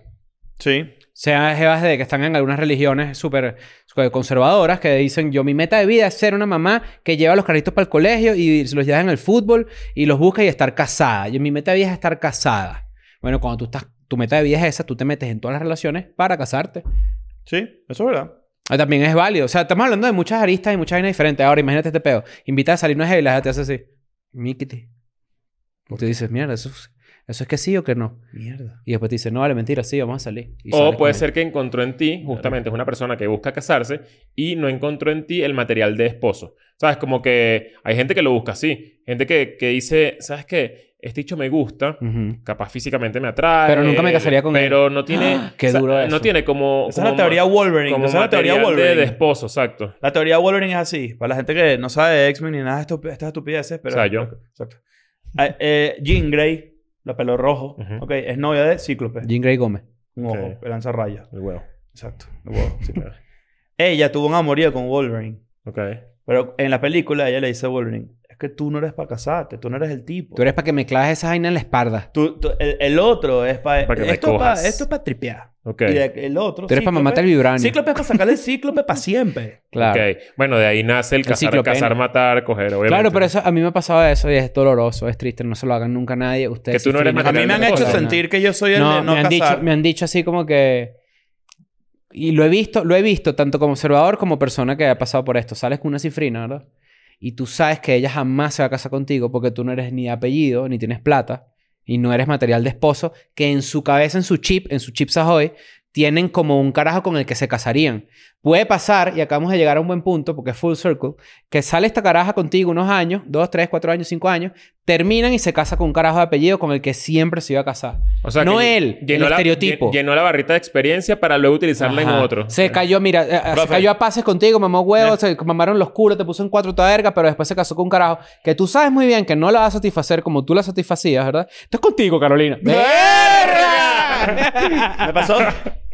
S2: Sí.
S3: Sean jevas de que están en algunas religiones súper eh, conservadoras que dicen, yo mi meta de vida es ser una mamá que lleva a los carritos para el colegio y los lleva en el fútbol y los busca y estar casada. Yo mi meta de vida es estar casada. Bueno, cuando tú estás, tu meta de vida es esa, tú te metes en todas las relaciones para casarte.
S2: Sí, eso es verdad.
S3: Ah, También es válido. O sea, estamos hablando de muchas aristas y muchas vainas diferentes. Ahora, imagínate este pedo. Invita a salir una jeva y la jeva te hace así. Miquiti. Y tú dices, mierda, eso, es- eso es que sí o que no.
S2: Mierda.
S3: Y después te dice, no, vale, mentira, sí, vamos a salir. Y
S1: O
S3: sales con
S1: puede
S3: ella.
S1: ser que encontró en ti, justamente, es una persona que busca casarse y no encontró en ti el material de esposo. ¿Sabes? Como que hay gente que lo busca así. Gente que, que dice, ¿sabes qué? Este dicho me gusta,
S3: Ujú.
S1: capaz físicamente me atrae.
S3: Pero nunca me casaría con
S1: Pero no tiene...
S3: ¡Ah! Qué
S1: o sea,
S3: duro eso.
S1: No tiene como...
S2: Esa es
S1: como
S2: la teoría
S1: ma-
S2: Wolverine.
S1: como
S2: Esa es la teoría
S1: material de-
S2: Wolverine.
S1: de esposo, exacto.
S2: La teoría de Wolverine es así. Para la gente que no sabe de X-Men ni nada de estu- estas estupideces, pero.
S1: O sea, yo.
S2: Exacto. Ah, eh, Jean Grey, la pelo rojo,
S1: Ujú.
S2: ok, es novia de Cíclope.
S3: Jean Grey Gómez.
S2: Un ojo,
S1: Ok.
S2: que lanza rayas.
S1: El huevo.
S2: Exacto. Un ojo, Cíclope. ella tuvo un amorío con Wolverine.
S1: Ok.
S2: Pero en la película ella le dice a Wolverine: Es que tú no eres para casarte, tú no eres el tipo.
S3: Tú eres para que me claves esa vaina en la espalda.
S2: Tú- tú- el, el otro es para.
S1: Pa' que me
S2: esto, es pa-
S1: cojas.
S2: esto es para tripear.
S1: Ok.
S2: Y de- el otro.
S3: Tú eres para
S2: Cíclope-
S3: mamarte el vibranio.
S2: Cíclope es para sacarle el Cíclope para siempre.
S3: Claro.
S1: Ok. Bueno, de ahí nace el
S3: El
S1: cazar,
S3: ciclo pene.
S1: cazar matar, coger, obviamente.
S3: Claro, pero eso a mí me ha pasado eso y es doloroso, es triste, no se lo hagan nunca a nadie. Ustedes
S1: Que tú no eres
S3: sufren,
S2: A mí me han hecho
S1: Cosa,
S2: sentir que yo soy el
S3: No,
S2: de no
S3: me han
S2: casar.
S3: dicho, me han dicho así como que y lo he visto, lo he visto tanto como observador como persona que ha pasado por esto. Sales con una cifrina, ¿verdad? Y tú sabes que ella jamás se va a casar contigo porque tú no eres ni de apellido, ni tienes plata y no eres material de esposo, que en su cabeza, en su chip, en su chip Sahoy, tienen como un carajo con el que se casarían. Puede pasar, y acabamos de llegar a un buen punto, porque es full circle, que sale esta caraja contigo unos años, dos, tres, cuatro años, cinco años, terminan y se casa con un carajo de apellido con el que siempre se iba a casar.
S1: O sea,
S3: no
S1: que
S3: él, el
S1: la-
S3: estereotipo.
S1: llen- Llenó la barrita de experiencia para luego utilizarla en
S3: Ajá.
S1: otro.
S3: Se
S1: Ok.
S3: cayó, mira, eh, eh, se
S2: Profe.
S3: cayó a pases contigo, mamó huevos, se mamaron los culos, te puso en cuatro toda verga, pero después se casó con un carajo que tú sabes muy bien que no la va a satisfacer como tú la satisfacías, ¿verdad? Esto es contigo, Carolina.
S2: Me pasó.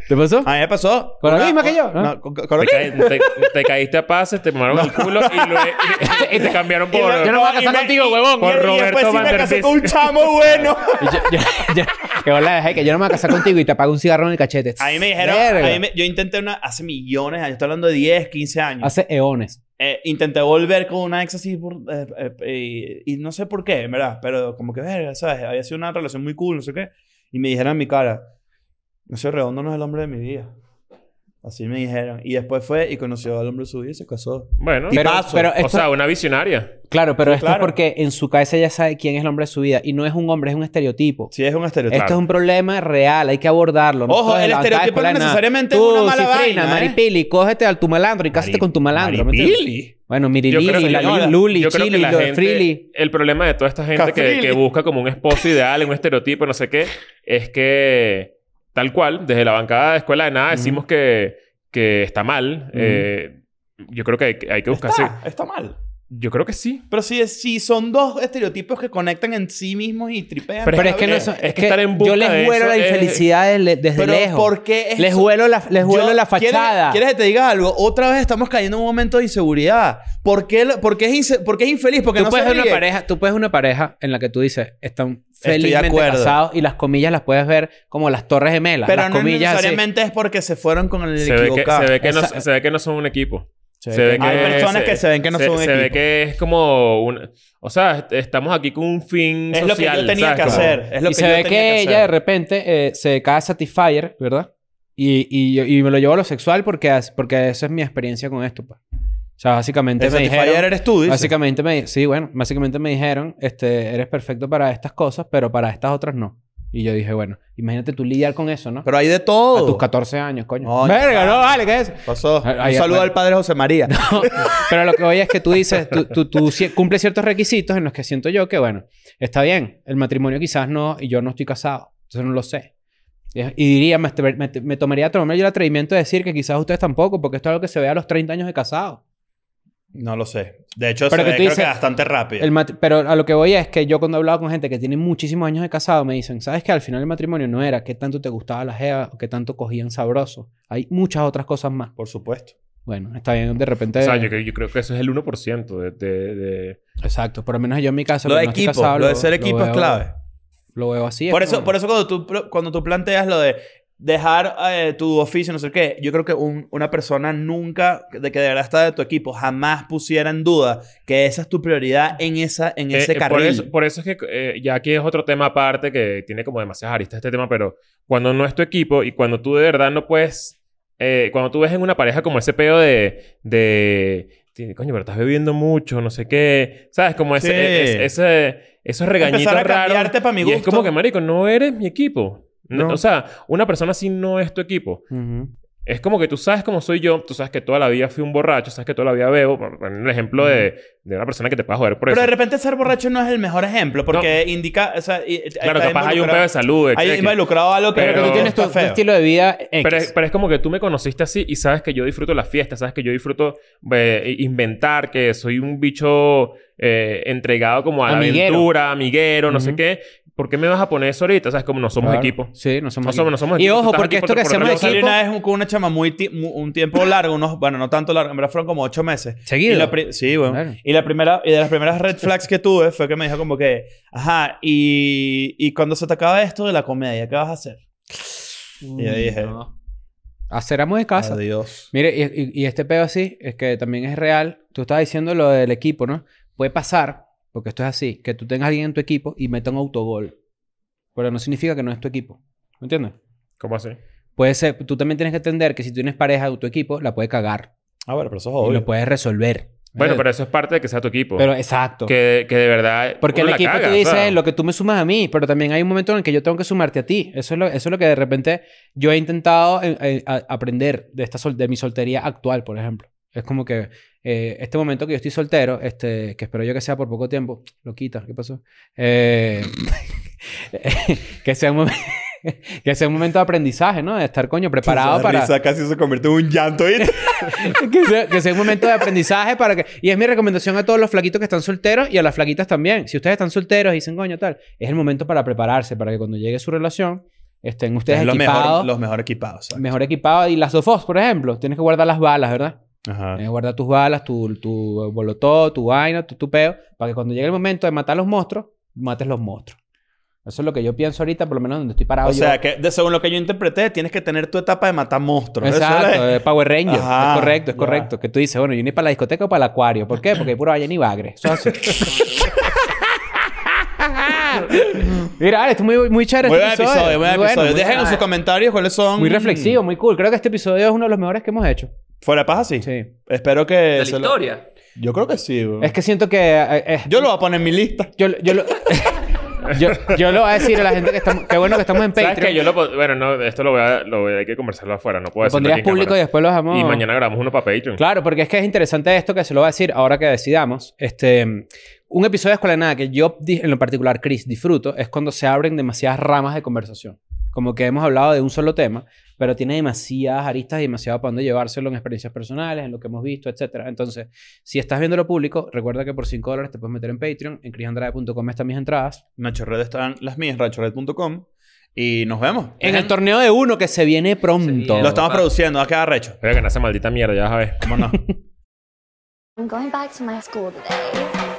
S3: ¿Te pasó?
S2: A mí me pasó.
S3: ¿Con la
S2: Una-
S3: misma que yo?
S2: no,
S3: ¿Ah?
S2: con, con- con la
S1: Te,
S2: misma.
S1: ca- te- te caíste a pases, te tomaron el culo y, lo, y- y te cambiaron por.
S2: luego-
S3: Yo no me voy a casar
S2: y me-
S3: contigo,
S2: y-
S3: huevón.
S1: Por
S2: y- y
S1: Roberto
S2: después Pues sí
S1: Van
S2: me
S1: der
S2: casé
S1: Vis.
S2: con un chamo bueno.
S3: Y yo- yo- yo- que hola, es que yo no me voy a casar contigo y te apago un cigarro en el cachete.
S2: A mí me dijeron,
S3: Verga.
S2: a mí me- yo intenté una hace millones de años, estoy hablando de 10, 15 años.
S3: Hace eones.
S2: Eh, intenté volver con una ex así por- eh, eh, eh, y, y no sé por qué, en verdad, pero como que, verga, ¿sabes? Había sido una relación muy cool, no sé qué. Y me dijeron en mi cara, no sé, redondo no es el hombre de mi vida. Así me dijeron. Y después fue y conoció al hombre de su vida y se casó.
S1: Bueno,
S3: Pero,
S2: Tipazo.
S3: pero esto-
S1: o sea, una visionaria.
S3: claro, pero
S2: Sí,
S3: esto
S2: claro.
S3: es porque en su cabeza ya sabe quién es el hombre de su vida. Y no es un hombre, es un estereotipo.
S2: Sí, es un estereotipo.
S3: Esto es un problema real, hay que abordarlo.
S2: Ojo,
S3: puedes
S2: el
S3: levantar
S2: estereotipo
S3: escuela
S2: no
S3: de nada.
S2: necesariamente es
S3: Tú,
S2: una mala
S3: cifrina,
S2: vaina, ¿eh?
S3: Maripili, cógete al tu malandro y cásate con tu malandro. ¿me entiendes?
S2: Maripili.
S3: Bueno,
S1: Yo creo
S3: Mirilili,
S1: que-
S3: la
S1: yo-
S3: Lili, Luli,
S1: Yo creo que
S3: Chili,
S1: la
S3: lo de
S1: gente,
S3: Frili.
S1: el problema de toda esta gente que,
S2: Cafrili.
S1: que busca como un esposo ideal, un estereotipo, no sé qué, es que tal cual, desde la bancada de escuela de nada decimos que, que está mal. Eh, yo creo que hay, que- hay que buscarse.
S2: Está, está mal.
S1: Yo creo que sí.
S2: Pero sí, es- sí, son dos estereotipos que conectan en sí mismos y tripean.
S1: Pero
S3: Pero es que, no
S1: es-
S3: son-
S1: es que estar en busca
S3: yo les
S1: de eso
S3: huelo la
S1: es-
S3: infelicidad de- desde
S2: Pero
S3: lejos.
S2: ¿por qué es
S3: les
S2: eso?
S3: huelo la, les huelo
S2: Yo-
S3: la
S2: ¿quieres-
S3: fachada.
S2: ¿quieres, que te diga algo? Otra vez estamos cayendo en un momento de inseguridad. ¿Por qué, lo- por qué, es, inse- por qué es infeliz? Porque
S3: tú
S2: no
S3: puedes
S2: se
S3: ver una
S2: ríe?
S3: pareja, tú puedes ver una pareja en la que tú dices están
S2: Estoy de
S3: felizmente
S2: acuerdo.
S3: casados y las comillas las puedes ver como las torres gemelas,
S2: Pero
S3: las
S2: no
S3: comillas así.
S2: necesariamente es porque se fueron con el
S1: Se ve, que,
S2: equivocado.
S1: se ve que no,
S3: Esa-
S1: se ve que no son un equipo.
S2: Se
S1: Se
S2: ve
S1: ve
S2: que- Hay
S1: que-
S2: personas que se ven que no son un
S1: Se ve
S2: equipo.
S1: que es como un... O sea, est- estamos aquí con un fin
S2: Es
S1: social.
S2: lo que yo tenía
S1: ¿sabes?
S2: que
S1: Como-
S2: hacer. Es lo
S3: y
S2: que
S3: se
S2: yo
S3: ve que,
S2: tenía que
S3: ella
S2: hacer.
S3: de repente eh, se cae a Satisfyer, ¿verdad? Y, y, y me lo llevo a lo sexual porque, as- porque esa es mi experiencia con esto. pa. O sea, básicamente
S2: El
S3: me
S2: Satisfyer
S3: dijeron...
S2: eres tú, dices.
S3: Básicamente me, di- sí, bueno, básicamente me dijeron, este, eres perfecto para estas cosas, pero para estas otras no. Y yo dije, bueno, imagínate tú lidiar con eso, ¿no?
S2: Pero hay de
S3: a
S2: todo.
S3: tus 14 años, coño.
S2: Coño,
S3: Verga,
S2: claro.
S3: no, vale, ¿qué es?
S2: Pasó.
S3: Ay, ay,
S2: un saludo
S3: bueno.
S2: al padre José María.
S3: Pero lo que voy es que tú dices, tú, tú, tú ci- cumples ciertos requisitos en los que siento yo que, bueno, está bien, el matrimonio quizás no, y yo no estoy casado, entonces no lo sé. Y y diría, me, me, me tomaría tomarme yo el atrevimiento de decir que quizás ustedes tampoco, porque esto es algo que se ve a los 30 años de casado.
S2: No lo sé. De hecho,
S3: Pero
S2: se
S3: que
S2: ve,
S3: tú
S2: creo
S3: dices-
S2: que bastante rápido.
S3: El mat- pero a lo que voy es que yo cuando he hablado con gente que tiene muchísimos años de casado me dicen, ¿sabes que al final el matrimonio no era qué tanto te gustaba la jeva o qué tanto cogían sabroso? Hay muchas otras cosas más.
S2: Por supuesto.
S3: Bueno, está bien, de repente...
S1: O sea, yo, creo- yo creo que eso es el 1% de... de, de-
S3: Exacto, por lo menos yo en mi caso...
S2: Lo de
S3: que no estoy
S2: equipo,
S3: casado,
S2: lo de ser equipo es
S3: veo-
S2: clave.
S3: Lo veo así. es
S2: Por eso,
S3: como-
S2: por eso cuando tú, pro- cuando tú planteas lo de dejar eh, tu oficio, no sé qué, yo creo que un- una persona nunca, de que de verdad está de tu equipo, jamás pusiera en duda que esa es tu prioridad en, esa, en
S1: Eh,
S2: ese
S1: eh,
S2: carril.
S1: por, eso, por eso es que eh, ya aquí es otro tema aparte que tiene como demasiadas aristas este tema, pero cuando no es tu equipo y cuando tú de verdad no puedes... eh, cuando tú ves en una pareja como ese pedo de... de "Ti- coño, pero estás bebiendo mucho, no sé qué. ¿Sabes? Como ese... e,
S2: Sí.
S1: es- ese esos regañitos
S2: Empezar a
S1: raros.
S2: cambiarte pa' mi
S1: Y es
S2: gusto.
S1: como que, marico, no eres mi equipo. No-
S2: No.
S1: O sea, una persona así no es tu equipo.
S3: Ujú.
S1: Es como que tú sabes cómo soy yo, tú sabes que toda la vida fui un borracho, sabes que toda la vida bebo. Por poner el ejemplo de, de una persona que te pueda joder por
S2: Pero
S1: eso.
S2: de repente ser borracho no es el mejor ejemplo, porque indica, o sea, y-
S1: claro,
S2: está
S1: capaz hay un
S2: involucrado-
S1: pedo de salud.
S2: Hay
S1: etcétera.
S2: involucrado algo que
S1: Pero
S3: Pero,
S1: Pero
S3: tú tienes tu,
S2: está
S3: tu
S2: feo.
S3: estilo de vida X.
S1: Pero es, pero es como que tú me conociste así y sabes que yo disfruto la fiesta, sabes que yo disfruto eh, inventar, que soy un bicho eh, entregado como a la
S3: Amiguero.
S1: aventura, amiguero, no sé
S3: Ujú.
S1: qué. ¿Por qué me vas a poner eso ahorita? ¿Sabes? Como no somos
S3: Claro.
S1: equipo.
S3: Sí, no somos
S1: No somos- no somos
S3: Y
S1: equipo, tú
S3: ojo,
S1: estás
S3: porque
S1: aquí
S3: esto
S1: por-
S3: que
S1: por
S3: hacemos
S1: reloj,
S2: Salí
S3: equipo...
S2: una vez con una chama muy ti- mu- un tiempo largo, unos, bueno, no tanto largo, en verdad fueron como ocho meses.
S3: Seguido.
S2: Y la pri- sí, bueno.
S3: Claro.
S2: Y la primera, y de las primeras red flags que tuve fue que me dijo como que, ajá, y, y cuando se te acaba esto de la comedia, ¿qué vas a hacer? Y yo dije,
S3: Haceramos de casa.
S2: adiós.
S3: Mire, y, y- y este pedo así, es que también es real. Tú estabas diciendo lo del equipo, ¿no? Puede pasar, porque esto es así, que tú tengas a alguien en tu equipo y meta un autogol. Pero no significa que no es tu equipo. ¿Me entiendes?
S1: ¿Cómo así?
S3: Eh, Puede ser, tú también tienes que entender que si tienes pareja de tu equipo, la puede cagar.
S2: Ah, bueno, pero eso es
S3: Y
S2: obvio.
S3: lo puedes resolver.
S1: Bueno,
S3: Eh,
S1: pero eso es parte de que sea tu equipo.
S3: Pero exacto.
S1: que, que de verdad.
S3: Porque
S1: uno
S3: el
S1: la
S3: equipo
S1: caga,
S3: te dice
S1: o sea.
S3: lo que tú me sumas a mí, pero también hay un momento en el que yo tengo que sumarte a ti. Eso es lo, eso es lo que de repente yo he intentado eh, eh, a- aprender de, esta sol- de mi soltería actual, por ejemplo. Es como que eh, este momento que yo estoy soltero, este, que espero yo que sea por poco tiempo, lo quita, ¿qué pasó? Eh, que, sea un, momen- que sea un momento de aprendizaje, ¿no? De estar, coño, preparado
S2: Esa
S3: para...
S2: risa casi se convirtió en un llanto. ¿viste?
S3: que, sea, que sea un momento de aprendizaje para que... Y es mi recomendación a todos los flaquitos que están solteros y a las flaquitas también. Si ustedes están solteros y dicen, coño, tal, es el momento para prepararse, para que cuando llegue su relación, estén ustedes
S2: los
S3: equipados.
S2: mejor, los mejor equipados. exacto.
S3: Mejor equipados. Y las sofos, por ejemplo. Tienes que guardar las balas, ¿verdad?
S2: Ajá.
S3: Tienes que guardar tus balas, tu, tu bolotó, tu vaina, tu tupeo. Para que cuando llegue el momento de matar a los monstruos, mates los monstruos. Eso es lo que yo pienso ahorita, por lo menos donde estoy parado
S2: O
S3: yo.
S2: sea, que de- según lo que yo interpreté, tienes que tener tu etapa de matar monstruos. Eso
S3: Exacto,
S2: es-
S3: de Power Ranger.
S2: Ajá,
S3: es correcto, es
S2: ya.
S3: correcto. Que tú dices, bueno, yo ni para la discoteca o para el acuario. ¿Por qué? Porque hay puro ballena y bagre. Eso es así. Mira, Ale, esto es muy, muy chévere.
S2: Muy
S3: este
S2: buen episodio, muy buen
S3: bueno,
S2: episodio.
S3: muy-
S2: Dejen en sus comentarios cuáles son.
S3: Muy reflexivo, muy cool. Creo que este episodio es uno de los mejores que hemos hecho.
S2: Fuera de paja, sí.
S3: Sí.
S2: Espero que.
S4: De la
S2: se lo-
S4: historia.
S2: Yo creo que sí, güey.
S3: Es que siento que. eh, eh,
S2: Yo lo voy a poner en mi lista.
S3: yo, yo lo. Yo, yo lo voy a decir a la gente que estamos... Qué bueno que estamos en
S1: ¿Sabes que
S3: Patreon.
S1: yo lo... po- Bueno, no, esto lo voy a... Lo voy a- hay que conversarlo afuera. No puedo
S3: Lo
S1: decirlo
S3: pondrías
S1: aquí en
S3: público y
S1: cámara.
S3: después lo dejamos...
S1: Y mañana grabamos uno para Patreon.
S3: Claro, porque es que es interesante esto que se lo voy a decir ahora que decidamos. Este, un episodio de Escuela de Nada que yo, di- en lo particular, Chris, disfruto es cuando se abren demasiadas ramas de conversación. Como que hemos hablado de un solo tema, pero tiene demasiadas aristas y demasiado para dónde llevárselo en experiencias personales, en lo que hemos visto, etc. Entonces, si estás viendo lo público, recuerda que por 5 dólares te puedes meter en Patreon. En chrisandrade.com están mis entradas.
S2: Nacho Red están las mías, rachored.com. Y nos vemos.
S3: En el torneo de uno que se viene pronto.
S4: Se viene.
S2: Lo estamos
S4: Papá.
S2: produciendo, va a quedar recho.
S1: Voy a ganar esa maldita mierda, ya vas a ver.
S2: Vámonos.
S6: I'm going back to my school today.